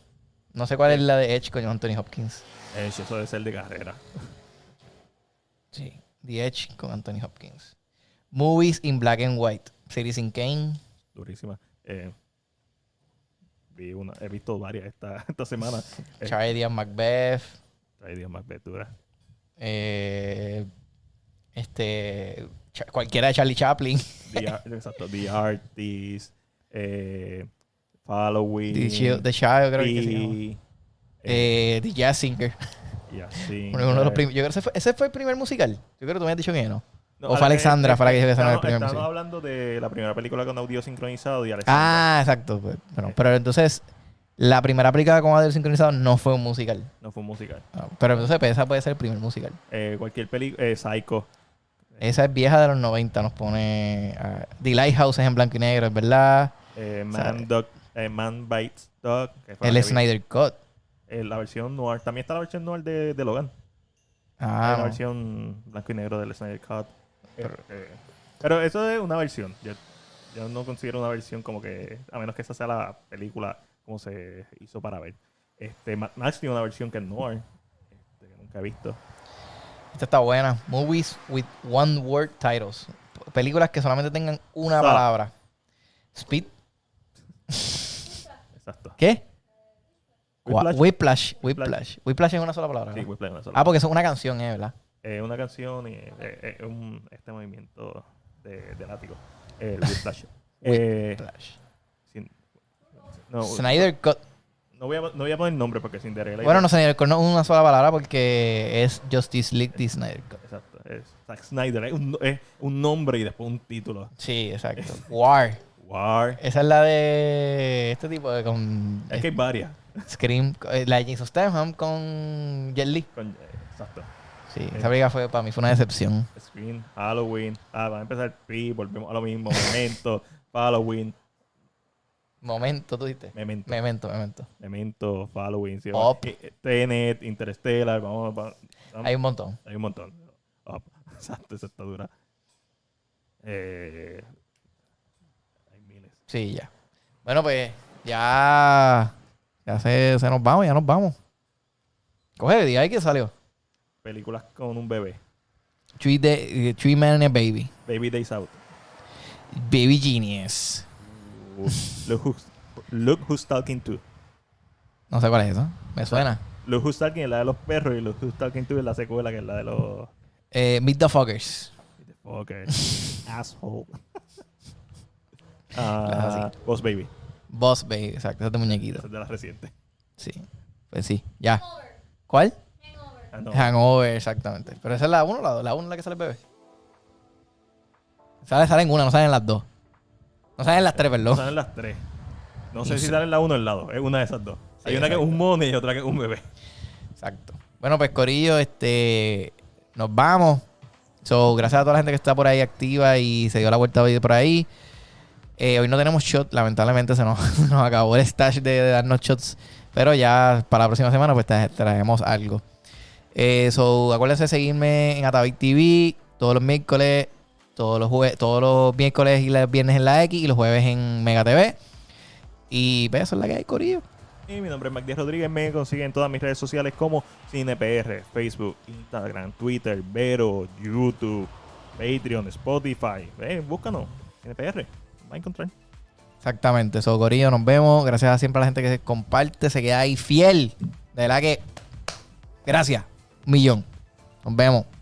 [SPEAKER 1] No sé cuál es la de Edge con Anthony Hopkins.
[SPEAKER 2] Eh, eso debe ser de carrera.
[SPEAKER 1] Sí. The Edge con Anthony Hopkins. Movies in Black and White. Series in Kane.
[SPEAKER 2] Durísima. Eh, vi una, he visto varias esta, esta semana. Eh,
[SPEAKER 1] Charlie and Macbeth.
[SPEAKER 2] Ay, Dios, más verdura.
[SPEAKER 1] eh, este. cha- cualquiera de Charlie Chaplin.
[SPEAKER 2] The, Ar- exacto. The Artist. Eh, Following.
[SPEAKER 1] The Child, The Child, creo que se llama.
[SPEAKER 2] y,
[SPEAKER 1] Eh, The Jazz Singer.
[SPEAKER 2] y así.
[SPEAKER 1] Bueno, uno de los
[SPEAKER 2] eh,
[SPEAKER 1] prim- Yo creo que ese fue, ese fue el primer musical. Yo creo que tú me has dicho que no.
[SPEAKER 2] no,
[SPEAKER 1] o fue
[SPEAKER 2] eh,
[SPEAKER 1] Alexandra, fue la que dijo que se llama el
[SPEAKER 2] estamos-
[SPEAKER 1] primer
[SPEAKER 2] Estamos
[SPEAKER 1] musical.
[SPEAKER 2] hablando de la primera película con audio sincronizado y
[SPEAKER 1] Ah,
[SPEAKER 2] Alexandra.
[SPEAKER 1] exacto. pues, bueno, pero entonces, la primera aplicada con audio sincronizado no fue un musical.
[SPEAKER 2] No fue un musical.
[SPEAKER 1] Ah, Pero entonces, pues, esa puede ser el primer musical.
[SPEAKER 2] Eh, cualquier película. Eh, Psycho.
[SPEAKER 1] Esa es vieja de los 90, nos pone. ah, The Lighthouse es en blanco y negro, es verdad.
[SPEAKER 2] Eh,
[SPEAKER 1] ¿Sabe?
[SPEAKER 2] Man, Dog, eh, Man Bites Dog. que fue la
[SPEAKER 1] El
[SPEAKER 2] que vi.
[SPEAKER 1] Snyder Cut.
[SPEAKER 2] Eh, la versión noir. También está la versión noir de, de Logan.
[SPEAKER 1] Ah,
[SPEAKER 2] Hay
[SPEAKER 1] no.
[SPEAKER 2] la versión blanco y negro del Snyder Cut. Pero, eh, pero eso es una versión. Yo, yo no considero una versión como que. A menos que esa sea la película como se hizo para ver. Este, Ma- Max tiene una versión que es noir. este, que nunca he visto.
[SPEAKER 1] esta está buena. Movies with one word titles. P- Películas que solamente tengan una
[SPEAKER 2] Stop.
[SPEAKER 1] palabra. Speed.
[SPEAKER 2] Exacto.
[SPEAKER 1] ¿Qué?
[SPEAKER 2] Whiplash.
[SPEAKER 1] Whiplash. Whiplash. Whiplash.
[SPEAKER 2] Whiplash.
[SPEAKER 1] es una sola palabra.
[SPEAKER 2] Sí,
[SPEAKER 1] ¿verdad?
[SPEAKER 2] Whiplash, una sola.
[SPEAKER 1] pues. Ah, porque es una canción, ¿eh? ¿Verdad?
[SPEAKER 2] eh, una canción y eh, eh, un- este movimiento de, de látigo. El Whiplash. Eh,
[SPEAKER 1] Flash.
[SPEAKER 2] sin- no,
[SPEAKER 1] Snyder Cut.
[SPEAKER 2] no voy a, no voy a poner nombre porque Cinderella.
[SPEAKER 1] Bueno, no Snyder Cut no es una sola palabra porque es Justice League de Snyder Cut.
[SPEAKER 2] Exacto. Es Zack Snyder. Es un, no- es un nombre y después un título.
[SPEAKER 1] Sí, exacto. War.
[SPEAKER 2] War.
[SPEAKER 1] Esa es la de este tipo de con
[SPEAKER 2] Es que hay varias.
[SPEAKER 1] Scream, eh, la de Jason Statham con Jet Li.
[SPEAKER 2] Con- eh, exacto.
[SPEAKER 1] Sí, esa película fue para mí fue una decepción.
[SPEAKER 2] Screen, Halloween. Ah, va a empezar Pi, volvemos a lo mismo. Momento, Halloween,
[SPEAKER 1] Momento, tú dijiste.
[SPEAKER 2] Memento.
[SPEAKER 1] Memento, memento.
[SPEAKER 2] Memento, Halloween, sí,
[SPEAKER 1] Up.
[SPEAKER 2] eh, eh, Tenet, Interstellar, vamos, va- vamos-
[SPEAKER 1] Hay un montón.
[SPEAKER 2] hay un montón. Up. Exacto, esa está dura. Eh, hay miles.
[SPEAKER 1] Sí, ya. Bueno, pues ya. Ya se, se nos vamos, ya nos vamos. Coge, diga ahí que salió.
[SPEAKER 2] Películas con un bebé.
[SPEAKER 1] Tree, de, eh, Three Men and a Baby.
[SPEAKER 2] Baby Days Out.
[SPEAKER 1] Baby Genius.
[SPEAKER 2] Look who's, look who's talking to.
[SPEAKER 1] No sé cuál es eso. Me suena.
[SPEAKER 2] Look who's talking es la de los perros y Look who's talking to es la secuela que es la de los.
[SPEAKER 1] Eh, Meet the Fuckers.
[SPEAKER 2] Ok. Asshole. Ah, Boss Baby.
[SPEAKER 1] Boss Baby, exacto. Ese es de muñequito.
[SPEAKER 2] Esa es de las recientes.
[SPEAKER 1] Sí. Pues sí, ya. ¿Cuál?
[SPEAKER 2] Ah, no.
[SPEAKER 1] Hangover, exactamente. Pero esa es la 1 o la 2. La 1 es la que sale el bebé. Sale, salen una, no salen las dos. No salen las tres, perdón.
[SPEAKER 2] Salen las tres. No sé
[SPEAKER 1] No
[SPEAKER 2] si
[SPEAKER 1] sé.
[SPEAKER 2] salen la uno o la dos. Es una de esas dos.
[SPEAKER 1] Sí,
[SPEAKER 2] Hay una que es un
[SPEAKER 1] exacto.
[SPEAKER 2] mono y otra que es un bebé.
[SPEAKER 1] Exacto. Bueno, pues Corillo, este. Nos vamos. So, gracias a toda la gente que está por ahí activa y se dio la vuelta hoy por ahí. Eh, hoy no tenemos shot, lamentablemente se nos, se nos acabó el stash de, de darnos shots. Pero ya para la próxima semana, pues tra- traemos algo. Eh, so, acuérdense de seguirme en Atavic TV todos los miércoles, todos los jue- todos los miércoles y los viernes en la X y los jueves en Mega TV. Y pues, eso es la que hay, Corillo.
[SPEAKER 2] Y mi nombre es Mac Díaz Rodríguez. Me consiguen en todas mis redes sociales como CinePR, Facebook, Instagram, Twitter, Vero, YouTube, Patreon, Spotify. Ven, búscanos. CinePR. Va a encontrar.
[SPEAKER 1] Exactamente, so Corillo, nos vemos. Gracias a siempre a la gente que se comparte, se queda ahí fiel. De verdad que. Gracias. Un millón. Nos vemos.